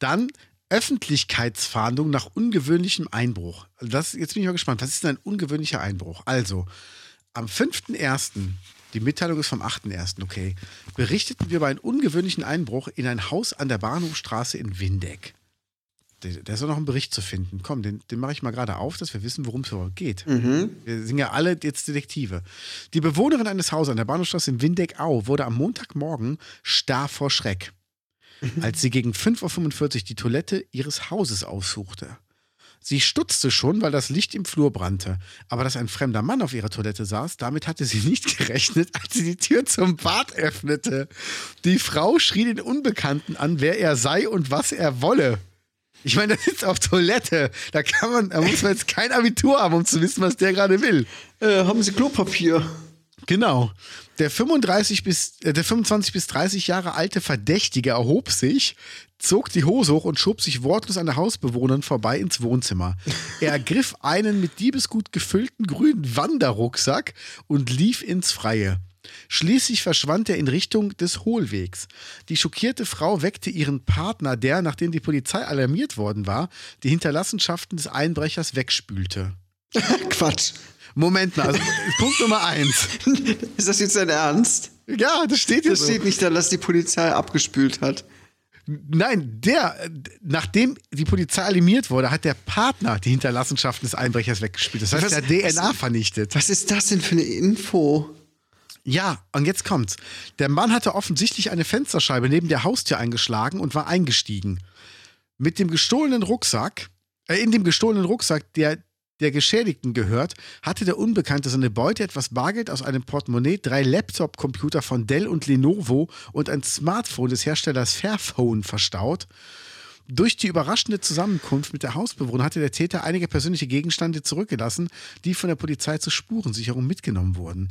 A: Dann Öffentlichkeitsfahndung nach ungewöhnlichem Einbruch. Also Das, jetzt bin ich mal gespannt. Was ist denn ein ungewöhnlicher Einbruch? Also, am 5.1., die Mitteilung ist vom 8.1., okay, berichteten wir über einen ungewöhnlichen Einbruch in ein Haus an der Bahnhofstraße in Windeck. Der- Da ist auch noch ein Bericht zu finden. Komm, den, den mache ich mal gerade auf, dass wir wissen, worum es überhaupt geht. Wir sind ja alle jetzt Detektive. Die Bewohnerin eines Hauses an der Bahnhofstraße in Windeck-Au wurde am Montagmorgen starr vor Schreck als sie gegen 5.45 Uhr die Toilette ihres Hauses aufsuchte. Sie stutzte schon, weil das Licht im Flur brannte. Aber dass ein fremder Mann auf ihrer Toilette saß, damit hatte sie nicht gerechnet, als sie die Tür zum Bad öffnete. Die Frau schrie den Unbekannten an, wer er sei und was er wolle. Ich meine, das ist auf Toilette. Da kann man, da muss man jetzt kein Abitur haben, um zu wissen, was der gerade will.
B: Äh, haben Sie Klopapier?
A: Genau. Der 35 bis äh, der 25 bis 30 Jahre alte Verdächtige erhob sich, zog die Hose hoch und schob sich wortlos an der Hausbewohnerin vorbei ins Wohnzimmer. Er ergriff einen mit Diebesgut gefüllten grünen Wanderrucksack und lief ins Freie. Schließlich verschwand er in Richtung des Hohlwegs. Die schockierte Frau weckte ihren Partner, der, nachdem die Polizei alarmiert worden war, die Hinterlassenschaften des Einbrechers wegspülte.
B: Quatsch.
A: Moment mal, also Punkt Nummer eins.
B: Ist das jetzt dein Ernst?
A: Ja, das steht hier
B: Das
A: so.
B: steht nicht da, dass die Polizei abgespült hat.
A: Nein, der, äh, nachdem die Polizei alarmiert wurde, hat der Partner die Hinterlassenschaften des Einbrechers weggespielt. Das heißt,
B: Was-
A: der DNA
B: was-
A: vernichtet.
B: Was ist das denn für eine Info?
A: Ja, und jetzt kommt's. Der Mann hatte offensichtlich eine Fensterscheibe neben der Haustür eingeschlagen und war eingestiegen. Mit dem gestohlenen Rucksack, äh, in dem gestohlenen Rucksack, der der Geschädigten gehört, hatte der Unbekannte seine Beute, etwas Bargeld aus einem Portemonnaie, drei Laptop-Computer von Dell und Lenovo und ein Smartphone des Herstellers Fairphone verstaut. Durch die überraschende Zusammenkunft mit der Hausbewohnerin hatte der Täter einige persönliche Gegenstände zurückgelassen, die von der Polizei zur Spurensicherung mitgenommen wurden.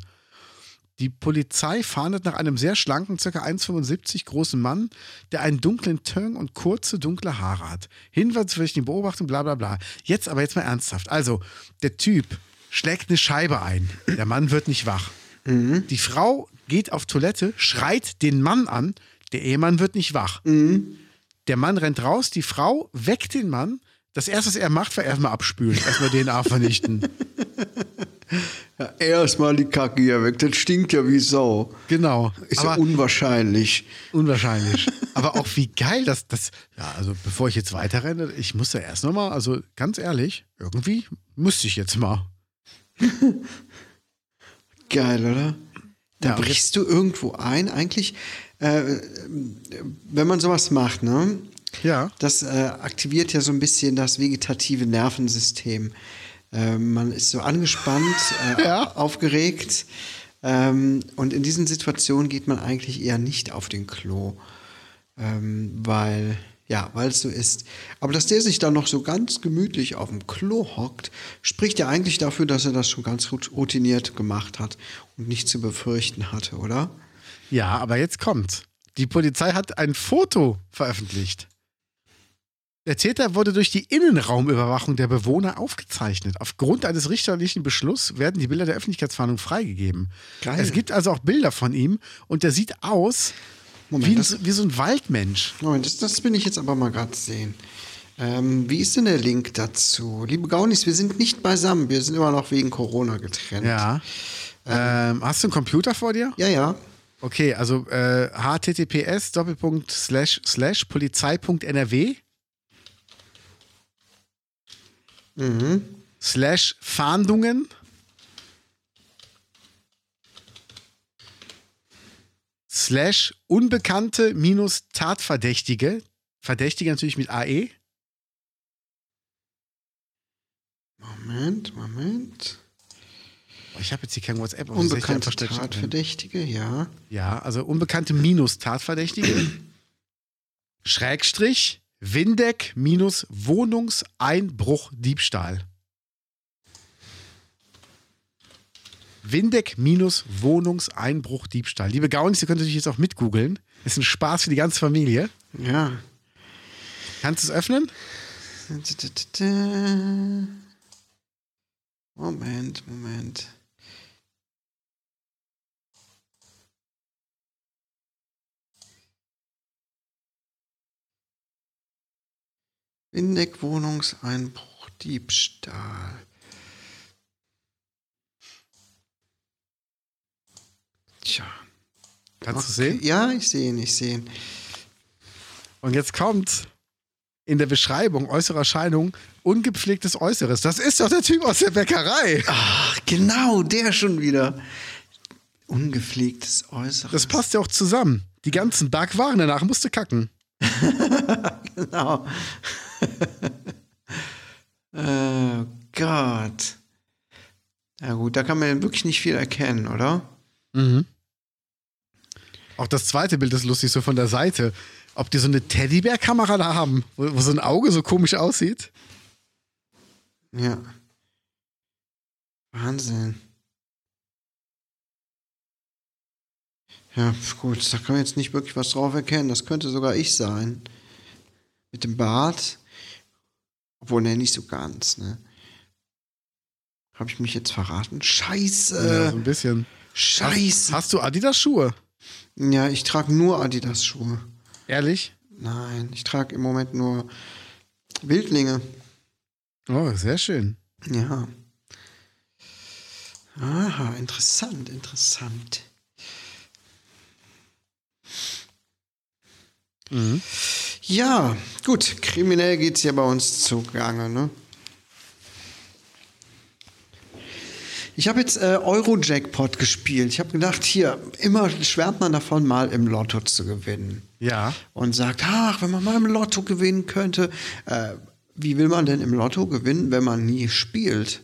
A: Die Polizei fahndet nach einem sehr schlanken, ca. 1,75 großen Mann, der einen dunklen Turn und kurze, dunkle Haare hat. Hinweis für die Beobachtung, bla bla bla. Jetzt aber jetzt mal ernsthaft. Also, der Typ schlägt eine Scheibe ein. Der Mann wird nicht wach. Die Frau geht auf Toilette, schreit den Mann an. Der Ehemann wird nicht wach. Der Mann rennt raus, die Frau weckt den Mann. Das erste, was er macht, war erstmal abspülen, erstmal DNA vernichten.
B: Ja, erstmal die Kacke hier weg, das stinkt ja wie Sau.
A: Genau.
B: Ist
A: Aber
B: ja unwahrscheinlich.
A: Unwahrscheinlich. Aber auch wie geil das, das. Ja, also bevor ich jetzt weiterrenne, ich muss ja erst nochmal, also ganz ehrlich, irgendwie müsste ich jetzt mal.
B: Geil, oder? Da
A: Ja, und
B: brichst du irgendwo ein, eigentlich, äh, wenn man sowas macht, ne?
A: Ja.
B: Das äh, aktiviert ja so ein bisschen das vegetative Nervensystem. Äh, man ist so angespannt, äh,
A: Ja.
B: aufgeregt. Ähm, und in diesen Situationen geht man eigentlich eher nicht auf den Klo. Ähm, weil, ja, weil es so ist. Aber dass der sich dann noch so ganz gemütlich auf dem Klo hockt, spricht ja eigentlich dafür, dass er das schon ganz rut- routiniert gemacht hat und nichts zu befürchten hatte, oder?
A: Ja, aber jetzt kommt. Die Polizei hat ein Foto veröffentlicht. Der Täter wurde durch die Innenraumüberwachung der Bewohner aufgezeichnet. Aufgrund eines richterlichen Beschlusses werden die Bilder der Öffentlichkeitsfahndung freigegeben.
B: Geil.
A: Es gibt also auch Bilder von ihm und der sieht aus
B: Moment,
A: wie, ein,
B: das-
A: so- wie so ein Waldmensch.
B: Moment, das, das will ich jetzt aber mal gerade sehen. Ähm, wie ist denn der Link dazu? Liebe Gaunis, wir sind nicht beisammen. Wir sind immer noch wegen Corona getrennt.
A: Ja. Ähm, hast du einen Computer vor dir?
B: Ja, ja.
A: Okay, also äh, https doppelpunkt slash slash polizei.nrw slash Fahndungen slash Unbekannte minus Tatverdächtige. Verdächtige natürlich mit E. AE.
B: Moment, Moment.
A: Oh, ich habe jetzt hier kein WhatsApp. aber das hätte ich
B: Unbekannte
A: einfach schnell checken können.
B: Tatverdächtige, ja.
A: Ja, also Unbekannte minus Tatverdächtige. Schrägstrich Windeck minus Wohnungseinbruch Diebstahl. Windeck minus Wohnungseinbruch Diebstahl. Liebe Gaunis, ihr könnt natürlich jetzt auch mitgoogeln. Ist ein Spaß für die ganze Familie.
B: Ja.
A: Kannst du es öffnen?
B: Moment, Moment. Windeck, Wohnungseinbruch, Diebstahl. Tja.
A: Kannst du es
B: okay.
A: sehen?
B: Ja, ich sehe ihn, ich sehe ihn.
A: Und jetzt kommt in der Beschreibung äußerer Erscheinung ungepflegtes Äußeres. Das ist doch der Typ aus der Bäckerei.
B: Ach, genau, der schon wieder. Ungepflegtes Äußeres.
A: Das passt ja auch zusammen. Die ganzen Bergwaren danach musste kacken.
B: Genau. oh Gott. Na gut, da kann man ja wirklich nicht viel erkennen, oder?
A: Mhm. Auch das zweite Bild ist lustig, so von der Seite. Ob die so eine Teddybär-Kamera da haben, wo, wo so ein Auge so komisch aussieht.
B: Ja. Wahnsinn. Ja, pf, gut, da kann man jetzt nicht wirklich was drauf erkennen. Das könnte sogar ich sein. Mit dem Bart. Obwohl, ne, nicht so ganz, ne? Habe ich mich jetzt verraten? Scheiße!
A: ja, so ein bisschen.
B: Scheiße!
A: Hast du Adidas-Schuhe?
B: Ja, ich trage nur Adidas-Schuhe.
A: Ehrlich?
B: Nein, ich trage im Moment nur Wildlinge.
A: Oh, sehr schön.
B: Ja. Aha, interessant, interessant.
A: Mhm.
B: Ja, gut, kriminell geht's ja bei uns zugange, ne? Ich habe jetzt äh, Euro-Jackpot gespielt. Ich habe gedacht, hier, immer schwärmt man davon, mal im Lotto zu gewinnen.
A: Ja.
B: und sagt, ach, wenn man mal im Lotto gewinnen könnte. Äh, wie will man denn im Lotto gewinnen, wenn man nie spielt?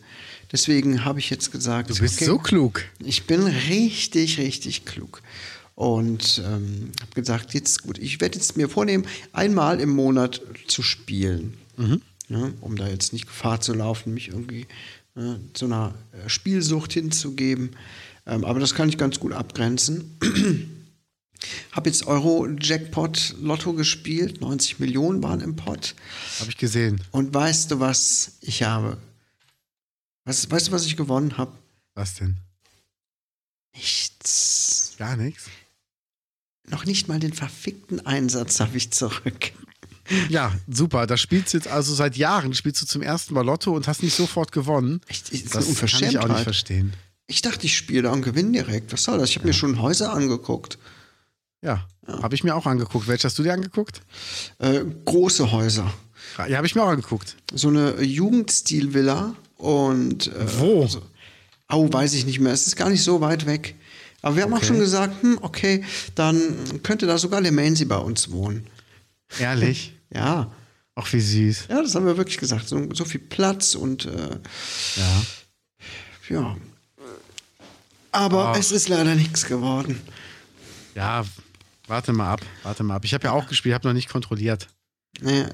B: Deswegen habe ich jetzt gesagt,
A: Du bist so klug.
B: ich bin richtig, richtig klug. Und ähm, habe gesagt, jetzt gut, ich werde jetzt mir vornehmen, einmal im Monat zu spielen. Ja, um da ne, jetzt nicht Gefahr zu laufen, mich irgendwie äh, zu einer äh, Spielsucht hinzugeben. Ähm, aber das kann ich ganz gut abgrenzen. Habe jetzt Euro-Jackpot-Lotto gespielt, 90 Millionen waren im Pott.
A: Habe ich gesehen.
B: Und weißt du, was ich habe? Was, weißt du, was ich gewonnen habe?
A: Was denn?
B: Nichts.
A: Gar nichts?
B: Noch nicht mal den verfickten Einsatz habe ich zurück.
A: Ja, super. Da spielst du jetzt also seit Jahren spielst du zum ersten Mal Lotto und hast nicht sofort gewonnen.
B: Echt, ist eine
A: das kann ich auch
B: Unverschämtheit.
A: nicht verstehen.
B: Ich dachte, ich spiele da und gewinne direkt. Was soll das? Ich habe mir schon Häuser angeguckt.
A: Ja, habe ich mir auch angeguckt. Welches hast du dir angeguckt?
B: Äh, große Häuser.
A: Ja, habe ich mir auch angeguckt.
B: So eine Jugendstilvilla und. Äh,
A: Wo?
B: So, au, weiß ich nicht mehr. Es ist gar nicht so weit weg. Aber wir haben auch schon gesagt, hm, okay, dann könnte da sogar Lemansi bei uns wohnen.
A: Ehrlich?
B: Ja.
A: Auch wie süß.
B: Ja, das haben wir wirklich gesagt. So, so viel Platz und äh,
A: Ja.
B: ja. Aber
A: Ah.
B: es ist leider nichts geworden.
A: Ja, warte mal ab. Warte mal ab. Ich habe ja auch gespielt, habe noch nicht kontrolliert.
B: Naja,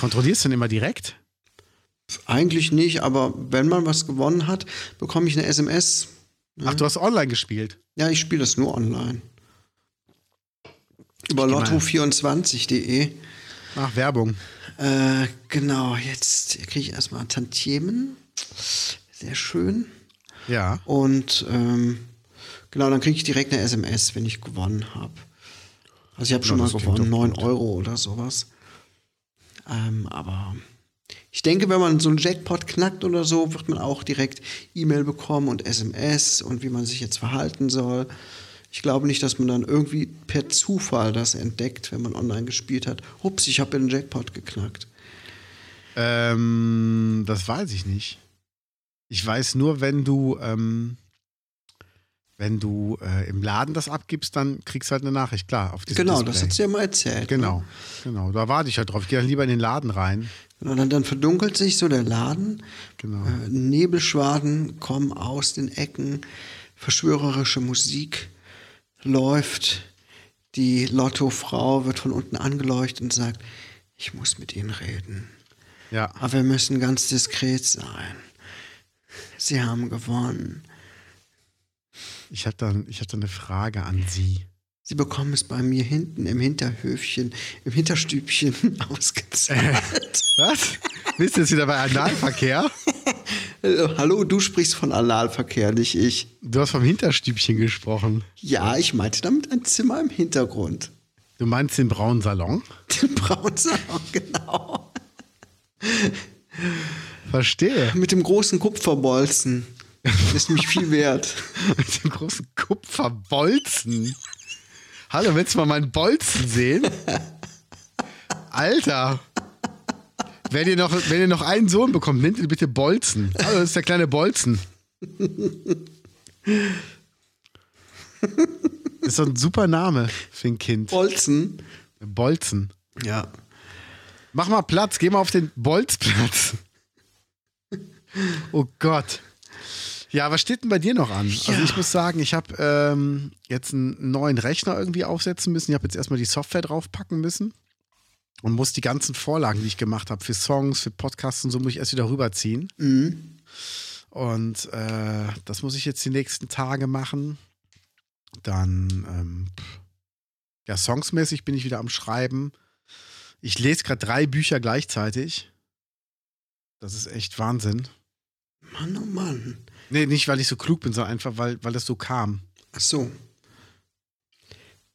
A: Kontrollierst du denn immer direkt?
B: eigentlich nicht, aber wenn man was gewonnen hat, bekomme ich eine SMS.
A: Ach, du hast online gespielt.
B: Ja, ich spiele das nur online. Über
A: mal-
B: lotto24.de.
A: Ach, Werbung.
B: E. Äh, genau, jetzt kriege ich erstmal Tantiemen. Sehr schön.
A: Ja.
B: Und ähm, genau, dann kriege ich direkt eine SMS, wenn ich gewonnen habe. Also ich habe schon
A: Ja,
B: mal
A: das klingt
B: gewonnen,
A: doch
B: 9 Euro oder sowas. Ähm, aber ich denke, wenn man so einen Jackpot knackt oder so, wird man auch direkt E-Mail bekommen und SMS und wie man sich jetzt verhalten soll. Ich glaube nicht, dass man dann irgendwie per Zufall das entdeckt, wenn man online gespielt hat. Ups, ich habe den Jackpot geknackt.
A: Ähm, das weiß ich nicht. Ich weiß nur, wenn du, ähm, wenn du äh, im Laden das abgibst, dann kriegst du halt eine Nachricht, klar, auf dieses
B: Genau,
A: Display.
B: das hat sie ja mal erzählt.
A: Genau, genau. Da warte ich halt drauf. Ich gehe dann lieber in den Laden rein.
B: Und Genau, dann, dann verdunkelt sich so der Laden.
A: Genau.
B: Äh, Nebelschwaden kommen aus den Ecken. Verschwörerische Musik läuft. Die Lottofrau wird von unten angeleuchtet und sagt, ich muss mit Ihnen reden.
A: Ja.
B: Aber wir müssen ganz diskret sein. Sie haben gewonnen.
A: Ich hatte dann, ich hatte eine Frage an Sie.
B: Sie bekommen es bei mir hinten im Hinterhöfchen, im Hinterstübchen ausgezahlt.
A: Was? Bist du jetzt wieder bei Analverkehr?
B: Äh, Hallo, du sprichst von Analverkehr, nicht ich.
A: Du hast vom Hinterstübchen gesprochen.
B: Ja, ich meinte damit ein Zimmer im Hintergrund.
A: Du meinst den braunen Salon?
B: Den braunen Salon, genau.
A: Verstehe.
B: Mit dem großen Kupferbolzen. Das ist nämlich viel wert.
A: Mit dem großen Kupferbolzen. Hallo, willst du mal meinen Bolzen sehen? Alter. Wenn ihr, noch, wenn ihr noch einen Sohn bekommt, nennt ihn bitte Bolzen. Hallo, das ist der kleine Bolzen. Ist doch ein super Name für ein Kind.
B: Bolzen?
A: Bolzen.
B: Ja.
A: Mach mal Platz, geh mal auf den Bolzplatz. Oh Gott. Ja, was steht denn bei dir noch an? Also ich muss sagen, ich habe ähm, jetzt einen neuen Rechner irgendwie aufsetzen müssen. Ich habe jetzt erstmal die Software draufpacken müssen und muss die ganzen Vorlagen, die ich gemacht habe, für Songs, für Podcasts und so, muss ich erst wieder rüberziehen.
B: Mhm.
A: Und äh, das muss ich jetzt die nächsten Tage machen. Dann, ähm, pff. ja, songsmäßig bin ich wieder am Schreiben. Ich lese gerade drei Bücher gleichzeitig. Das ist echt Wahnsinn.
B: Mann, oh Mann.
A: Nee, nicht, weil ich so klug bin, sondern einfach, weil, weil das so kam.
B: Ach so.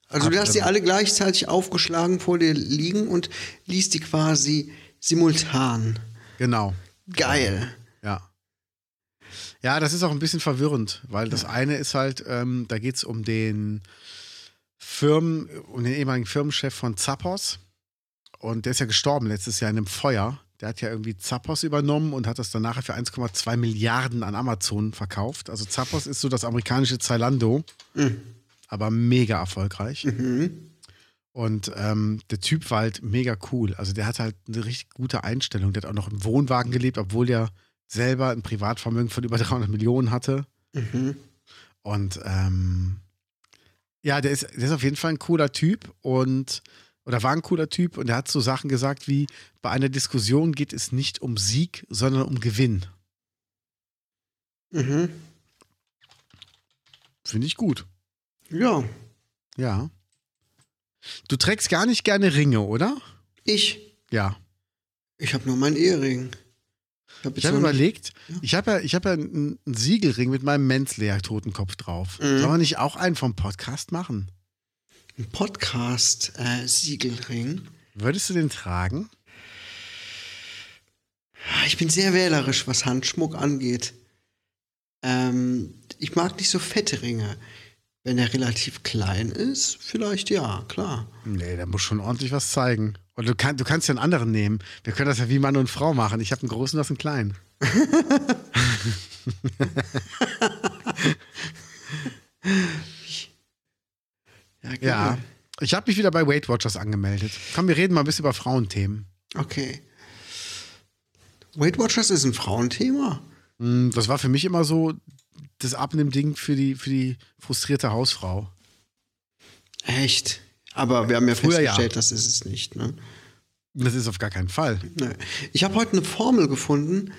B: Also
A: Ab- ähm,
B: du hast die alle gleichzeitig aufgeschlagen vor dir liegen und liest die quasi simultan.
A: Genau.
B: Geil.
A: Ja. Ja, das ist auch ein bisschen verwirrend, weil das eine ist halt, ähm, da geht es um den Firmen, um den ehemaligen Firmenchef von Zappos. Und der ist ja gestorben letztes Jahr in einem Feuer. Der hat ja irgendwie Zappos übernommen und hat das dann nachher für 1,2 Milliarden an Amazon verkauft. Also Zappos ist so das amerikanische Zalando,
B: Mhm.
A: aber mega erfolgreich. Und ähm, der Typ war halt mega cool. Also der hatte halt eine richtig gute Einstellung. Der hat auch noch im Wohnwagen gelebt, obwohl der selber ein Privatvermögen von über 300 Millionen hatte.
B: Mhm.
A: Und ähm, ja, der ist, der ist auf jeden Fall ein cooler Typ und oder war ein cooler Typ und er hat so Sachen gesagt wie, bei einer Diskussion geht es nicht um Sieg, sondern um Gewinn.
B: Mhm.
A: Finde ich gut.
B: Ja,
A: Ja. Du trägst gar nicht gerne Ringe, oder?
B: ich.
A: Ja.
B: Ich habe nur meinen Ehering. Ich habe
A: Ich habe
B: so einen-
A: überlegt,
B: Ja.
A: ich habe ja, ich habe ja einen einen Siegelring mit meinem Menslayer-Totenkopf drauf.
B: Mhm.
A: Soll man nicht auch einen vom Podcast machen?
B: einen äh, Podcast-Siegelring.
A: Würdest du den tragen?
B: ich bin sehr wählerisch, was Handschmuck angeht. Ähm, ich mag nicht so fette Ringe. Wenn er relativ klein ist, vielleicht ja, klar.
A: Nee, der muss schon ordentlich was zeigen. Und du, kann, du kannst ja einen anderen nehmen. Wir können das ja wie Mann und Frau machen. Ich habe einen großen, du hast einen kleinen.
B: geil.
A: Ja. Ich habe mich wieder bei Weight Watchers angemeldet. Komm, wir reden mal ein bisschen über Frauenthemen.
B: Okay. Weight Watchers ist ein Frauenthema.
A: Hm, Das war für mich immer so das Abnehmding für die, für die frustrierte Hausfrau.
B: Echt. Aber wir haben ja
A: Früher ja.
B: festgestellt, das ist es nicht. Ne?
A: Das ist auf gar keinen Fall.
B: Nee. Ich habe heute eine Formel gefunden,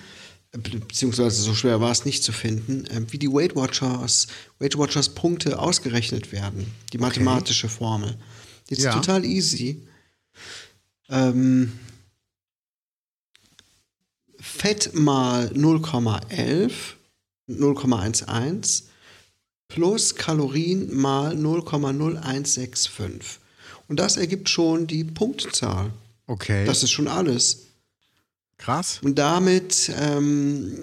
B: äh, be- beziehungsweise so schwer war es nicht zu finden, äh, wie die Weight Watchers, Weight Watchers Punkte ausgerechnet werden. Die mathematische Formel. Die ist
A: Ja.
B: total easy. Ähm, Fett mal 0,11, 0,11 plus Kalorien mal 0,0165. Und das ergibt schon die Punktzahl.
A: Okay.
B: Das ist schon alles.
A: Krass.
B: Und damit, ähm,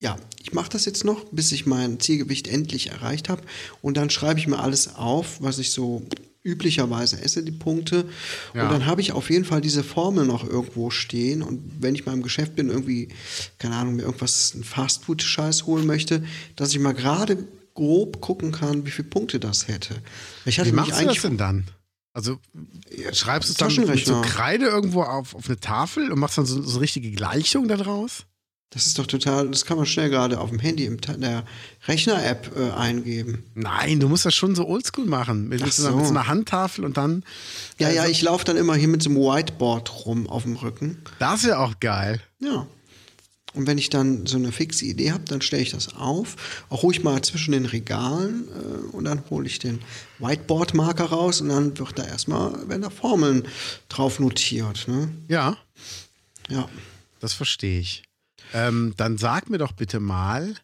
B: ja, ich mache das jetzt noch, bis ich mein Zielgewicht endlich erreicht habe. Und dann schreibe ich mir alles auf, was ich so üblicherweise esse, die Punkte.
A: Ja.
B: Und dann habe ich auf jeden Fall diese Formel noch irgendwo stehen. Und wenn ich mal im Geschäft bin, irgendwie, keine Ahnung, mir irgendwas, einen Fastfood-Scheiß holen möchte, dass ich mal gerade grob gucken kann, wie viele Punkte das hätte. Ich hatte
A: Wie
B: mich
A: machst du das
B: eigentlich
A: denn dann? Also schreibst du es dann mit
B: Taschenrechner.
A: so Kreide irgendwo auf, auf eine Tafel und machst dann so, so eine richtige Gleichung daraus?
B: Das ist doch total, das kann man schnell gerade auf dem Handy im Ta- in der Rechner-App äh, eingeben.
A: Nein, du musst das schon so oldschool machen. Mit, mit,
B: Ach
A: so. einer,
B: so.
A: mit so einer Handtafel und dann.
B: Ja, ja,
A: Also
B: ich laufe dann immer hier mit so einem Whiteboard rum auf dem Rücken.
A: Das ist ja auch geil.
B: Ja. Und wenn ich dann so eine fixe Idee habe, dann stelle ich das auf, auch ruhig mal zwischen den Regalen äh, und dann hole ich den Whiteboard-Marker raus und dann wird da erstmal, werden da Formeln drauf notiert. Ne?
A: Ja,
B: Ja.
A: das verstehe ich. Ähm, dann sag mir doch bitte mal,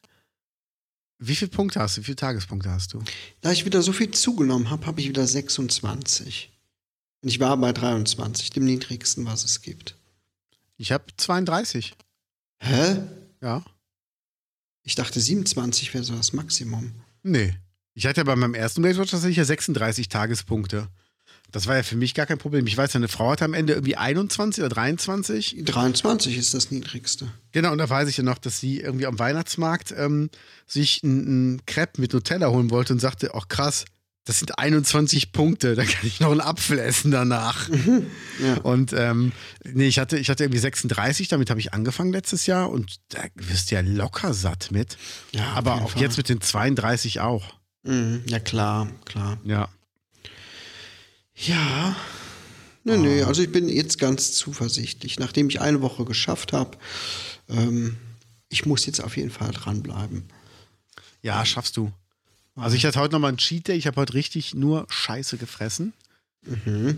A: wie viele Punkte hast du? Wie viele Tagespunkte hast du?
B: Da ich wieder so viel zugenommen habe, habe ich wieder 26. Und ich war bei 23, dem niedrigsten, was es gibt.
A: Ich habe 32.
B: Hä?
A: Ja.
B: Ich dachte, 27 wäre so das Maximum.
A: Nee. Ich hatte ja bei meinem ersten Weight Watchers hatte ich ja 36 Tagespunkte. Das war ja für mich gar kein Problem. Ich weiß, ja, eine Frau hatte am Ende irgendwie 21 oder 23.
B: 23 ist das niedrigste.
A: Genau, und da weiß ich ja noch, dass sie irgendwie am Weihnachtsmarkt ähm, sich einen Crepe mit Nutella holen wollte und sagte, ach krass, das sind 21 Punkte, da kann ich noch einen Apfel essen danach.
B: Ja.
A: Und ähm, nee, ich hatte, ich hatte irgendwie 36, damit habe ich angefangen letztes Jahr und da wirst du ja locker satt mit.
B: Ja, auf
A: aber
B: jeden
A: auch
B: Fall.
A: jetzt mit den 32 auch.
B: Mhm. Ja, klar, klar.
A: Ja.
B: Ja. Nee, nee, also ich bin jetzt ganz zuversichtlich. Nachdem ich eine Woche geschafft habe, ähm, ich muss jetzt auf jeden Fall dranbleiben.
A: Ja, schaffst du. Also ich hatte heute nochmal einen Cheat Day. Ich habe heute richtig nur Scheiße gefressen.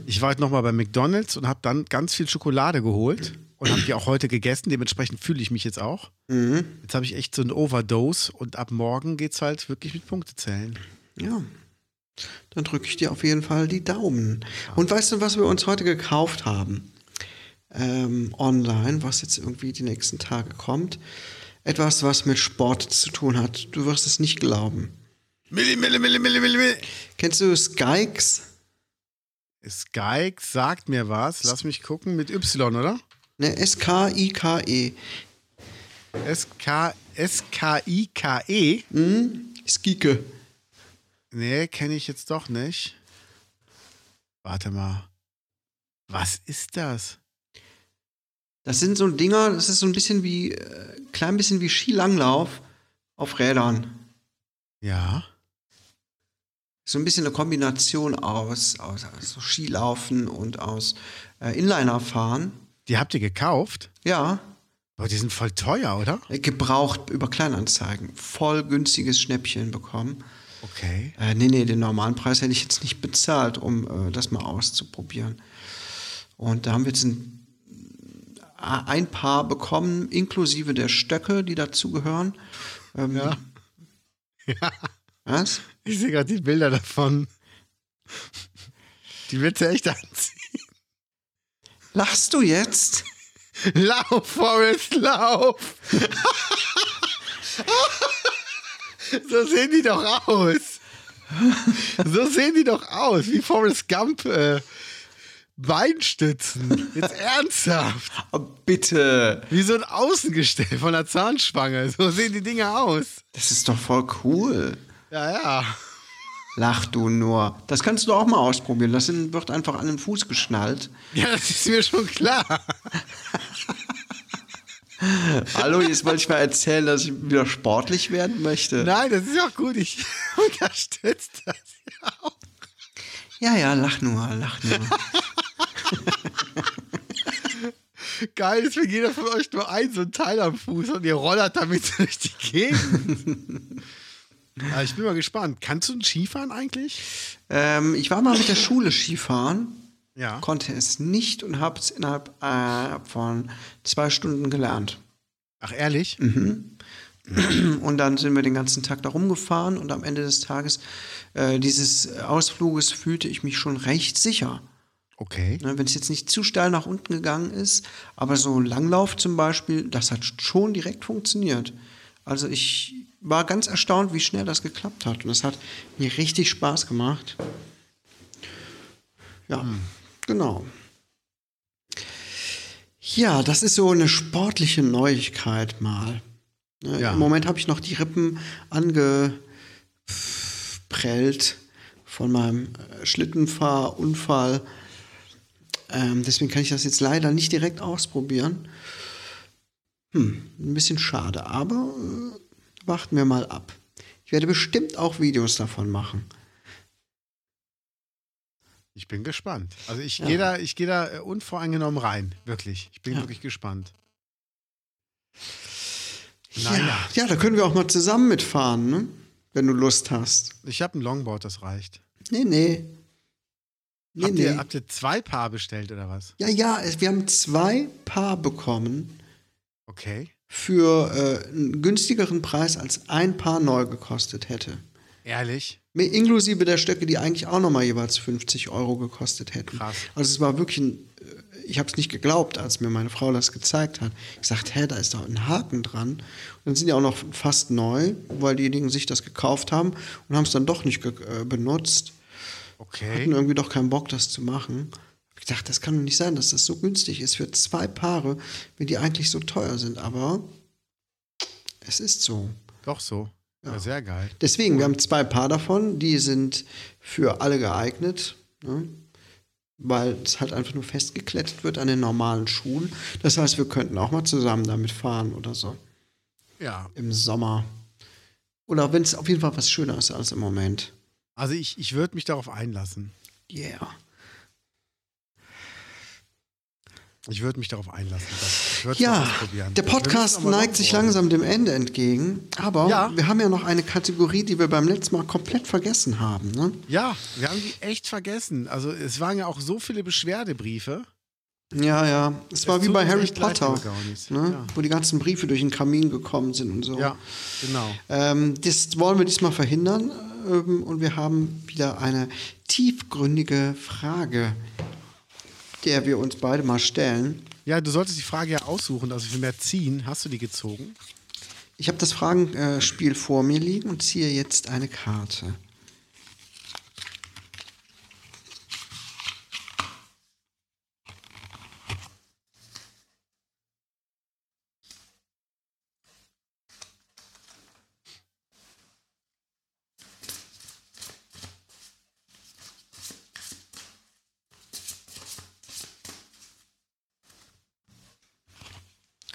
A: Ich war heute nochmal bei McDonald's und habe dann ganz viel Schokolade geholt und habe die auch heute gegessen. Dementsprechend fühle ich mich jetzt auch.
B: Mhm.
A: Jetzt habe ich echt so eine Overdose und ab morgen geht's halt wirklich mit Punktezählen.
B: Ja. Dann drücke ich dir auf jeden Fall die Daumen. Und weißt du, was wir uns heute gekauft haben? Ähm, online, was jetzt irgendwie die nächsten Tage kommt. Etwas, was mit Sport zu tun hat. Du wirst es nicht glauben.
A: Milli, Milli, Milli, Milli, Milli, Milli.
B: Kennst du Skykes?
A: Skyke sagt mir was. Lass mich gucken mit Y, oder?
B: Ne, S-K-I-K-E.
A: S-K- S-K-I-K-E?
B: Mhm. Skike.
A: Nee, kenne ich jetzt doch nicht. Warte mal. Was ist das?
B: Das sind so Dinger, das ist so ein bisschen wie, äh, klein bisschen wie Skilanglauf auf Rädern.
A: Ja.
B: So ein bisschen eine Kombination aus, aus, aus so Skilaufen und aus äh, Inlinerfahren.
A: Die habt ihr gekauft?
B: Ja,
A: Aber die sind voll teuer, oder?
B: Gebraucht über Kleinanzeigen. Voll günstiges Schnäppchen bekommen.
A: Okay.
B: Äh, nee, nee, den normalen Preis hätte ich jetzt nicht bezahlt, um äh, das mal auszuprobieren. Und da haben wir jetzt ein, äh, ein Paar bekommen, inklusive der Stöcke, die dazugehören. Ähm,
A: Ja. Ja,
B: Was?
A: ich sehe gerade die Bilder davon. Die wird sie echt anziehen.
B: Lachst du jetzt?
A: Lauf, Forrest, lauf! so sehen die doch aus. So sehen die doch aus, wie Forrest Gump äh, Beinstützen. Jetzt ernsthaft.
B: Oh, bitte.
A: Wie so ein Außengestell von einer Zahnschwange. So sehen die Dinger aus.
B: Das ist doch voll cool.
A: Ja, ja.
B: Lach du nur. Das kannst du auch mal ausprobieren. Das sind- wird einfach an den Fuß geschnallt.
A: Ja, das ist mir schon klar.
B: Hallo, jetzt wollte ich mal erzählen, dass ich wieder sportlich werden möchte.
A: Nein, das ist auch gut. Ich unterstütze das ja auch.
B: Ja, ja, lach nur, lach nur.
A: Geil, deswegen jeder von euch nur ein so ein Teil am Fuß und ihr rollert damit durch die Gegend. Aber ich bin mal gespannt. Kannst du ein Skifahren eigentlich?
B: ähm, ich war mal mit der Schule Skifahren,
A: Ja.
B: konnte es nicht und habe es innerhalb äh, von zwei Stunden gelernt.
A: Ach, ehrlich?
B: Mhm. Und dann sind wir den ganzen Tag da rumgefahren und am Ende des Tages äh, dieses Ausfluges fühlte ich mich schon recht sicher.
A: Okay.
B: Ne, Wenn es jetzt nicht zu steil nach unten gegangen ist, aber so Langlauf zum Beispiel, das hat schon direkt funktioniert. Also ich war ganz erstaunt, wie schnell das geklappt hat. Und das hat mir richtig Spaß gemacht. Ja, genau. Ja, das ist so eine sportliche Neuigkeit mal. Ne,
A: Ja.
B: Im Moment habe ich noch die Rippen angeprellt von meinem äh, Schlittenfahrunfall. Ähm, deswegen kann ich das jetzt leider nicht direkt ausprobieren. Hm, ein bisschen schade, aber äh, warten wir mal ab. Ich werde bestimmt auch Videos davon machen.
A: Ich bin gespannt. Also ich
B: Ja.
A: gehe da, ich gehe da äh, unvoreingenommen rein. Wirklich. Ich bin
B: Ja.
A: wirklich gespannt.
B: Ja,
A: Naja.
B: ja. da können wir auch mal zusammen mitfahren, ne? wenn du Lust hast.
A: Ich habe ein Longboard, das reicht.
B: Nee, nee. Nee,
A: habt,
B: nee.
A: ihr, habt ihr zwei Paar bestellt oder was?
B: ja, ja, es- wir haben zwei Paar bekommen
A: Okay.
B: für äh, einen günstigeren Preis, als ein Paar neu gekostet hätte.
A: Ehrlich?
B: Mit Inklusive der Stöcke, die eigentlich auch nochmal jeweils 50 Euro gekostet hätten.
A: Krass.
B: Also es war wirklich, ein, äh, ich habe es nicht geglaubt, als mir meine Frau das gezeigt hat. Ich sagte, hä, da ist doch ein Haken dran. Und dann sind die auch noch fast neu, weil diejenigen sich das gekauft haben und haben es dann doch nicht ge- äh, benutzt. Hatten
A: Okay.
B: irgendwie doch keinen Bock, das zu machen. Hab Ich dachte, das kann doch nicht sein, dass das so günstig ist für zwei Paare, wenn die eigentlich so teuer sind. Aber es ist so.
A: Doch so. Ja, sehr geil.
B: Deswegen, wir haben zwei Paar davon, die sind für alle geeignet, ne? weil es halt einfach nur festgeklettet wird an den normalen Schuhen. Das heißt, wir könnten auch mal zusammen damit fahren oder so
A: Ja.
B: im Sommer. Oder wenn es auf jeden Fall was schöner ist als im Moment.
A: Also ich, ich würde mich darauf einlassen.
B: Yeah.
A: Ich würde mich darauf einlassen. Das, ich würd's mal
B: Ja,
A: ausprobieren.
B: der
A: Wir müssen
B: Podcast
A: aber noch
B: neigt sich
A: vor-
B: langsam dem Ende entgegen, aber
A: Ja.
B: wir haben ja noch eine Kategorie, die wir beim letzten Mal komplett vergessen haben. Ne?
A: Ja, wir haben die echt vergessen. Also es waren ja auch so viele Beschwerdebriefe.
B: Ja, ja, es war
A: Es
B: wie
A: tut
B: bei
A: uns
B: Harry
A: echt leid,
B: Potter,
A: liebe Gaunis.
B: ne?
A: Ja.
B: wo die ganzen Briefe durch den Kamin gekommen sind und so.
A: Ja, genau.
B: Ähm, das wollen wir diesmal verhindern ähm, und wir haben wieder eine tiefgründige Frage, der wir uns beide mal stellen.
A: Ja, du solltest die Frage ja aussuchen. Also für mehr ziehen, hast du die gezogen?
B: Ich habe das Fragenspiel vor mir liegen und ziehe jetzt eine Karte.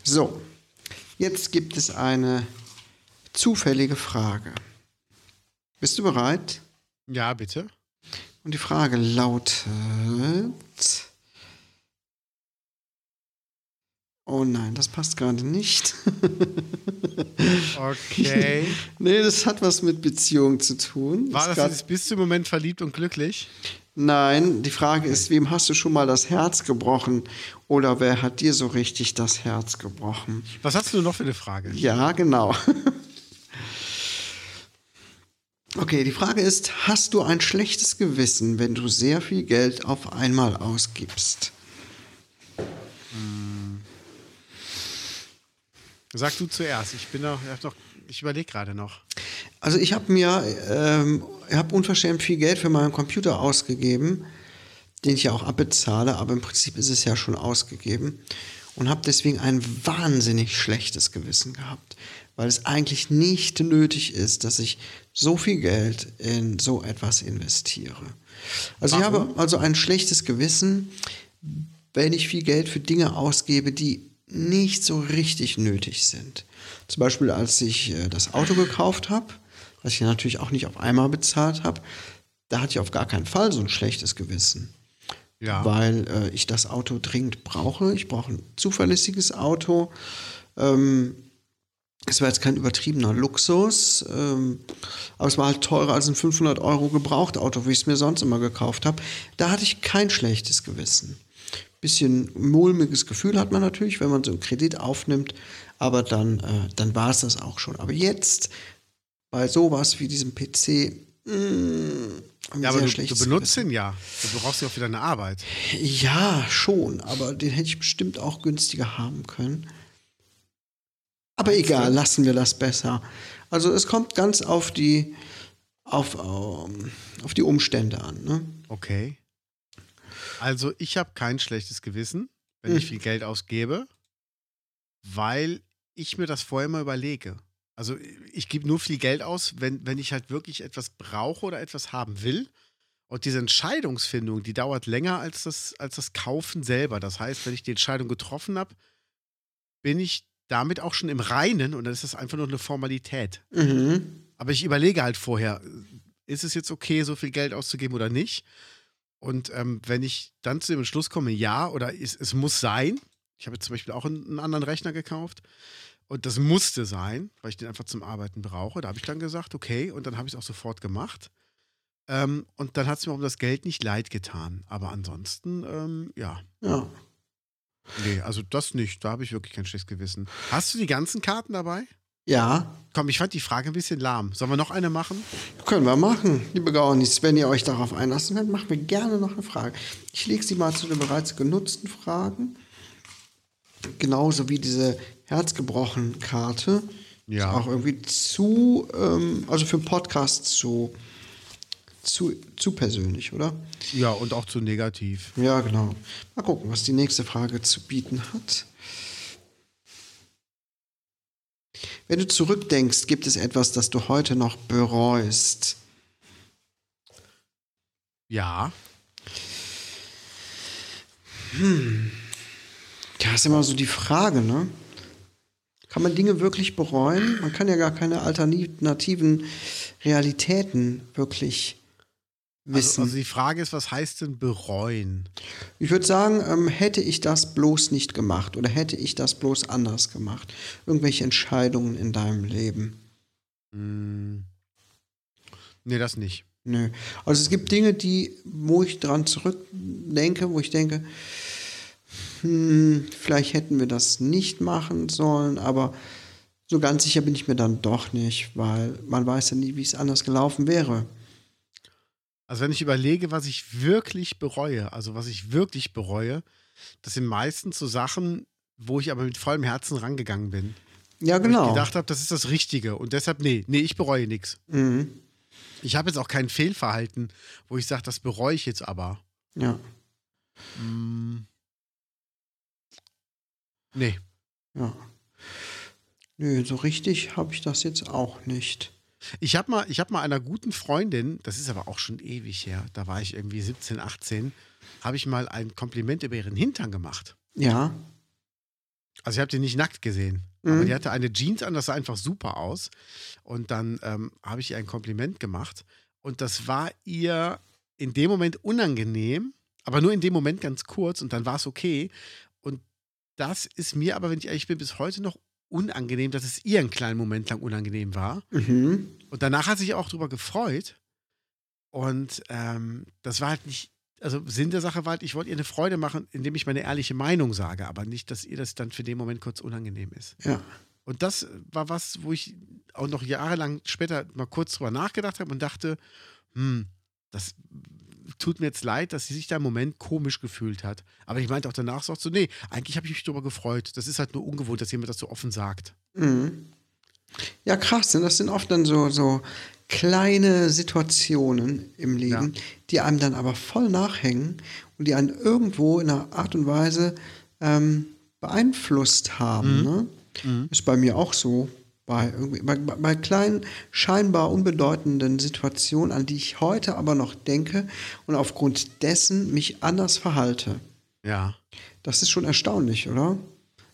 B: So, jetzt gibt es eine zufällige Frage. Bist du bereit?
A: Ja, bitte.
B: Und die Frage lautet: Oh nein, das passt gerade nicht.
A: Okay.
B: nee, das hat was mit Beziehung zu tun.
A: War
B: Ist
A: das
B: grad-
A: jetzt, bist du im Moment verliebt und glücklich?
B: Nein, die Frage ist, wem hast du schon mal das Herz gebrochen? Oder wer hat dir so richtig das Herz gebrochen?
A: Was hast du noch für eine Frage?
B: Ja, genau. Okay, die Frage ist, hast du ein schlechtes Gewissen, wenn du sehr viel Geld auf einmal ausgibst?
A: Sag du zuerst. Ich bin noch, ich, hab noch- ich überlege gerade noch.
B: Also ich habe mir, ähm, ich habe unverschämt viel Geld für meinen Computer ausgegeben, den ich ja auch abbezahle, aber im Prinzip ist es ja schon ausgegeben und habe deswegen ein wahnsinnig schlechtes Gewissen gehabt, weil es eigentlich nicht nötig ist, dass ich so viel Geld in so etwas investiere. Also ich habe also ein schlechtes Gewissen, wenn ich viel Geld für Dinge ausgebe, die nicht so richtig nötig sind. Zum Beispiel, als ich äh, das Auto gekauft habe, was ich natürlich auch nicht auf einmal bezahlt habe, da hatte ich auf gar keinen Fall so ein schlechtes Gewissen,
A: Ja.
B: weil äh, ich das Auto dringend brauche. Ich brauche ein zuverlässiges Auto. Ähm, es war jetzt kein übertriebener Luxus, ähm, aber es war halt teurer als ein 500 Euro Gebrauchtauto, wie ich es mir sonst immer gekauft habe. Da hatte ich kein schlechtes Gewissen. Bisschen mulmiges Gefühl hat man natürlich, wenn man so einen Kredit aufnimmt, aber dann, äh, dann war es das auch schon. Aber jetzt bei sowas wie diesem mm, PC, mh,
A: Ja, aber du, du benutzt ihn ja. Du brauchst ihn auch für deine Arbeit.
B: ja, schon, aber den hätte ich bestimmt auch günstiger haben können. Aber egal, lassen wir das besser. Also es kommt ganz auf die auf, ähm, auf die Umstände an. Ne?
A: Okay. Also, ich habe kein schlechtes Gewissen, wenn ich
B: Mhm.
A: viel Geld ausgebe, weil ich mir das vorher mal überlege. Also, ich gebe nur viel Geld aus, wenn, wenn ich halt wirklich etwas brauche oder etwas haben will. Und diese Entscheidungsfindung, die dauert länger als das, als das Kaufen selber. Das heißt, wenn ich die Entscheidung getroffen habe, bin ich damit auch schon im Reinen und dann ist das einfach nur eine Formalität.
B: Mhm.
A: Aber ich überlege halt vorher, ist es jetzt okay, so viel Geld auszugeben oder nicht? Und ähm, wenn ich dann zu dem Entschluss komme, ja oder es, es muss sein, ich habe jetzt zum Beispiel auch einen, einen anderen Rechner gekauft und das musste sein, weil ich den einfach zum Arbeiten brauche, da habe ich dann gesagt, okay, und dann habe ich es auch sofort gemacht. Ähm, und dann hat es mir um das Geld nicht leid getan. Aber ansonsten, ähm, ja,
B: Ja.
A: nee, also das nicht, da habe ich wirklich kein schlechtes Gewissen. Hast du die ganzen Karten dabei?
B: ja,
A: Komm, ich fand die Frage ein bisschen lahm. Sollen wir noch eine machen?
B: können wir machen, liebe Gaunis. Wenn ihr euch darauf einlassen wollt, machen wir gerne noch eine Frage. Ich lege sie mal zu den bereits genutzten Fragen. Genauso wie diese herzgebrochen Karte.
A: Ja.
B: Ist auch irgendwie zu, ähm, also für einen Podcast zu, zu, zu persönlich, oder?
A: Ja, und auch zu negativ.
B: Ja, genau. Mal gucken, was die nächste Frage zu bieten hat. Wenn du zurückdenkst, gibt es etwas, das du heute noch bereust?
A: Ja.
B: Ja, ist immer so die Frage, ne? Kann man Dinge wirklich bereuen? Man kann ja gar keine alternativen Realitäten wirklich
A: Also,
B: wissen.
A: also die Frage ist, was heißt denn bereuen?
B: ich würde sagen, ähm, hätte ich das bloß nicht gemacht oder hätte ich das bloß anders gemacht? Irgendwelche Entscheidungen in deinem Leben.
A: Hm. Nee, das nicht.
B: Nö. Also es gibt Dinge, die, wo ich dran zurückdenke, wo ich denke, hm, vielleicht hätten wir das nicht machen sollen, aber so ganz sicher bin ich mir dann doch nicht, weil man weiß ja nie, wie es anders gelaufen wäre.
A: Also wenn ich überlege, was ich wirklich bereue, also was ich wirklich bereue, das sind meistens so Sachen, wo ich aber mit vollem Herzen rangegangen bin.
B: Ja,
A: Wo
B: genau.
A: Ich gedacht habe, das ist das Richtige. Und deshalb, nee, nee, ich bereue nichts.
B: mhm.
A: Ich habe jetzt auch kein Fehlverhalten, wo ich sage, das bereue ich jetzt aber.
B: Ja,
A: Hm. Nee.
B: ja. Nö, so richtig habe ich das jetzt auch nicht.
A: Ich habe mal, ich hab mal einer guten Freundin, das ist aber auch schon ewig her, da war ich irgendwie 17, 18, habe ich mal ein Kompliment über ihren Hintern gemacht.
B: Ja,
A: Also ich habe den nicht nackt gesehen, aber
B: Mhm.
A: die hatte eine Jeans an, das sah einfach super aus. Und dann ähm, habe ich ihr ein Kompliment gemacht und das war ihr in dem Moment unangenehm, aber nur in dem Moment ganz kurz und dann war es okay. Und Das ist mir aber, wenn ich ehrlich bin, bis heute noch unangenehm, dass es ihr einen kleinen Moment lang unangenehm war.
B: Mhm.
A: Und danach hat sie sich auch drüber gefreut. Und ähm, das war halt nicht, also Sinn der Sache war halt, ich wollte ihr eine Freude machen, indem ich meine ehrliche Meinung sage, aber nicht, dass ihr das dann für den Moment kurz unangenehm ist.
B: Ja.
A: Und das war was, wo ich auch noch jahrelang später mal kurz drüber nachgedacht habe und dachte, hm, das tut mir jetzt leid, dass sie sich da im Moment komisch gefühlt hat. Aber ich meinte auch danach so, nee, eigentlich habe ich mich darüber gefreut. Das ist halt nur ungewohnt, dass jemand das so offen sagt.
B: Mhm. Ja, krass. denn Das sind oft dann so, so kleine Situationen im Leben, die einem dann aber voll nachhängen und die einen irgendwo in einer Art und Weise ähm, beeinflusst haben. Ne? Ist bei mir auch so. Bei, irgendwie, bei, bei- bei kleinen, scheinbar unbedeutenden Situationen, an die ich heute aber noch denke und aufgrund dessen mich anders verhalte.
A: Ja.
B: Das ist schon erstaunlich, oder?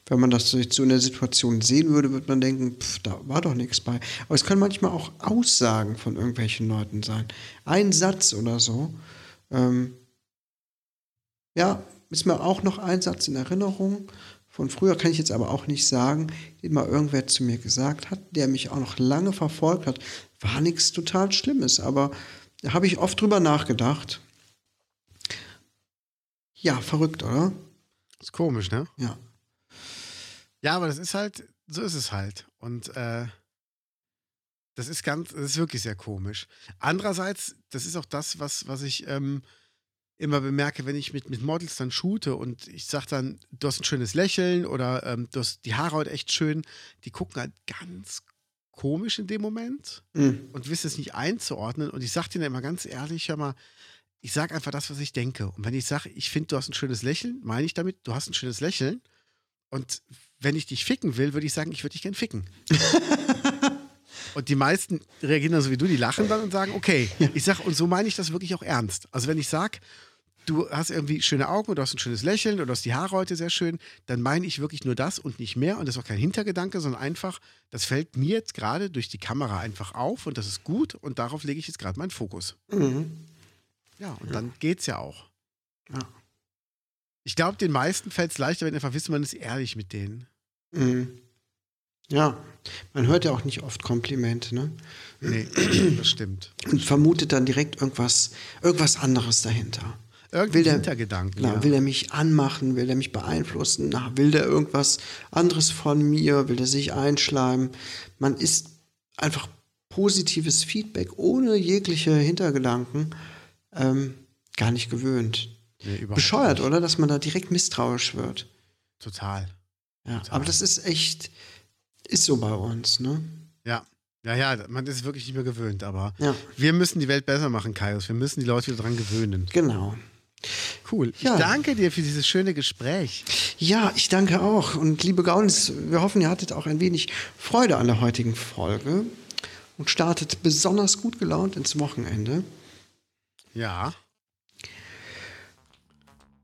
B: Wenn man das so jetzt so in der Situation sehen würde, würde man denken, pff, da war doch nichts bei. Aber es können manchmal auch Aussagen von irgendwelchen Leuten sein. Ein Satz oder so. Ähm, ja, ist mir auch noch ein Satz in Erinnerung. Von früher kann ich jetzt aber auch nicht sagen, den mal irgendwer zu mir gesagt hat, der mich auch noch lange verfolgt hat. War nichts total Schlimmes, aber da habe ich oft drüber nachgedacht. Ja, verrückt, oder?
A: Ist komisch, ne?
B: Ja.
A: Ja, aber das ist halt, so ist es halt. Und äh, das ist ganz, das ist wirklich sehr komisch. Andererseits, das ist auch das, was, was ich ähm, immer bemerke, wenn ich mit, mit Models dann shoote und ich sage dann, du hast ein schönes Lächeln oder ähm, du hast die Haare heute echt schön, die gucken halt ganz komisch in dem Moment
B: Mhm.
A: und wissen es nicht einzuordnen. Und ich sage denen immer ganz ehrlich, hör mal, ich sage einfach das, was ich denke. Und wenn ich sage, ich finde, du hast ein schönes Lächeln, meine ich damit, du hast ein schönes Lächeln. Und wenn ich dich ficken will, würde ich sagen, ich würde dich gern ficken. und die meisten reagieren dann so wie du, die lachen dann und sagen, okay, ich sage, und so meine ich das wirklich auch ernst. Also wenn ich sage, du hast irgendwie schöne Augen und du hast ein schönes Lächeln und du hast die Haare heute sehr schön, dann meine ich wirklich nur das und nicht mehr. Und das ist auch kein Hintergedanke, sondern einfach, das fällt mir jetzt gerade durch die Kamera einfach auf und das ist gut und darauf lege ich jetzt gerade meinen Fokus.
B: Mhm.
A: Ja, und dann geht's ja auch.
B: Ja.
A: Ich glaube, den meisten fällt es leichter, wenn einfach wissen, man ist ehrlich mit denen.
B: Mhm. ja, man hört ja auch nicht oft Komplimente, ne?
A: Nee, das stimmt.
B: Und vermutet dann direkt irgendwas, irgendwas anderes dahinter. Will
A: Irgendwie
B: der-
A: Hintergedanken.
B: Klar,
A: ja.
B: will er mich anmachen, will er mich beeinflussen, na, will der irgendwas anderes von mir, will er sich einschleimen. Man ist einfach positives Feedback ohne jegliche Hintergedanken ähm, gar nicht gewöhnt.
A: nee, überhaupt
B: Bescheuert,
A: nicht.
B: oder? Dass man da direkt misstrauisch wird.
A: Total.
B: Ja,
A: Total.
B: aber das ist echt, ist so bei uns, ne?
A: Ja. Ja, ja, man ist wirklich nicht mehr gewöhnt, aber
B: Ja.
A: wir müssen die Welt besser machen, Kaius. Wir müssen die Leute wieder dran gewöhnen.
B: Genau.
A: Cool.
B: Ja.
A: Ich danke dir für dieses schöne Gespräch.
B: Ja, ich danke auch. Und liebe Gaunis, wir hoffen, ihr hattet auch ein wenig Freude an der heutigen Folge und startet besonders gut gelaunt ins Wochenende.
A: Ja.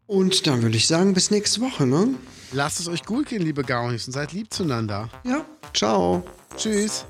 B: Und dann würde ich sagen, bis nächste Woche, ne?
A: Lasst es euch gut gehen, liebe Gaunis, und seid lieb zueinander.
B: Ja, ciao.
A: Tschüss.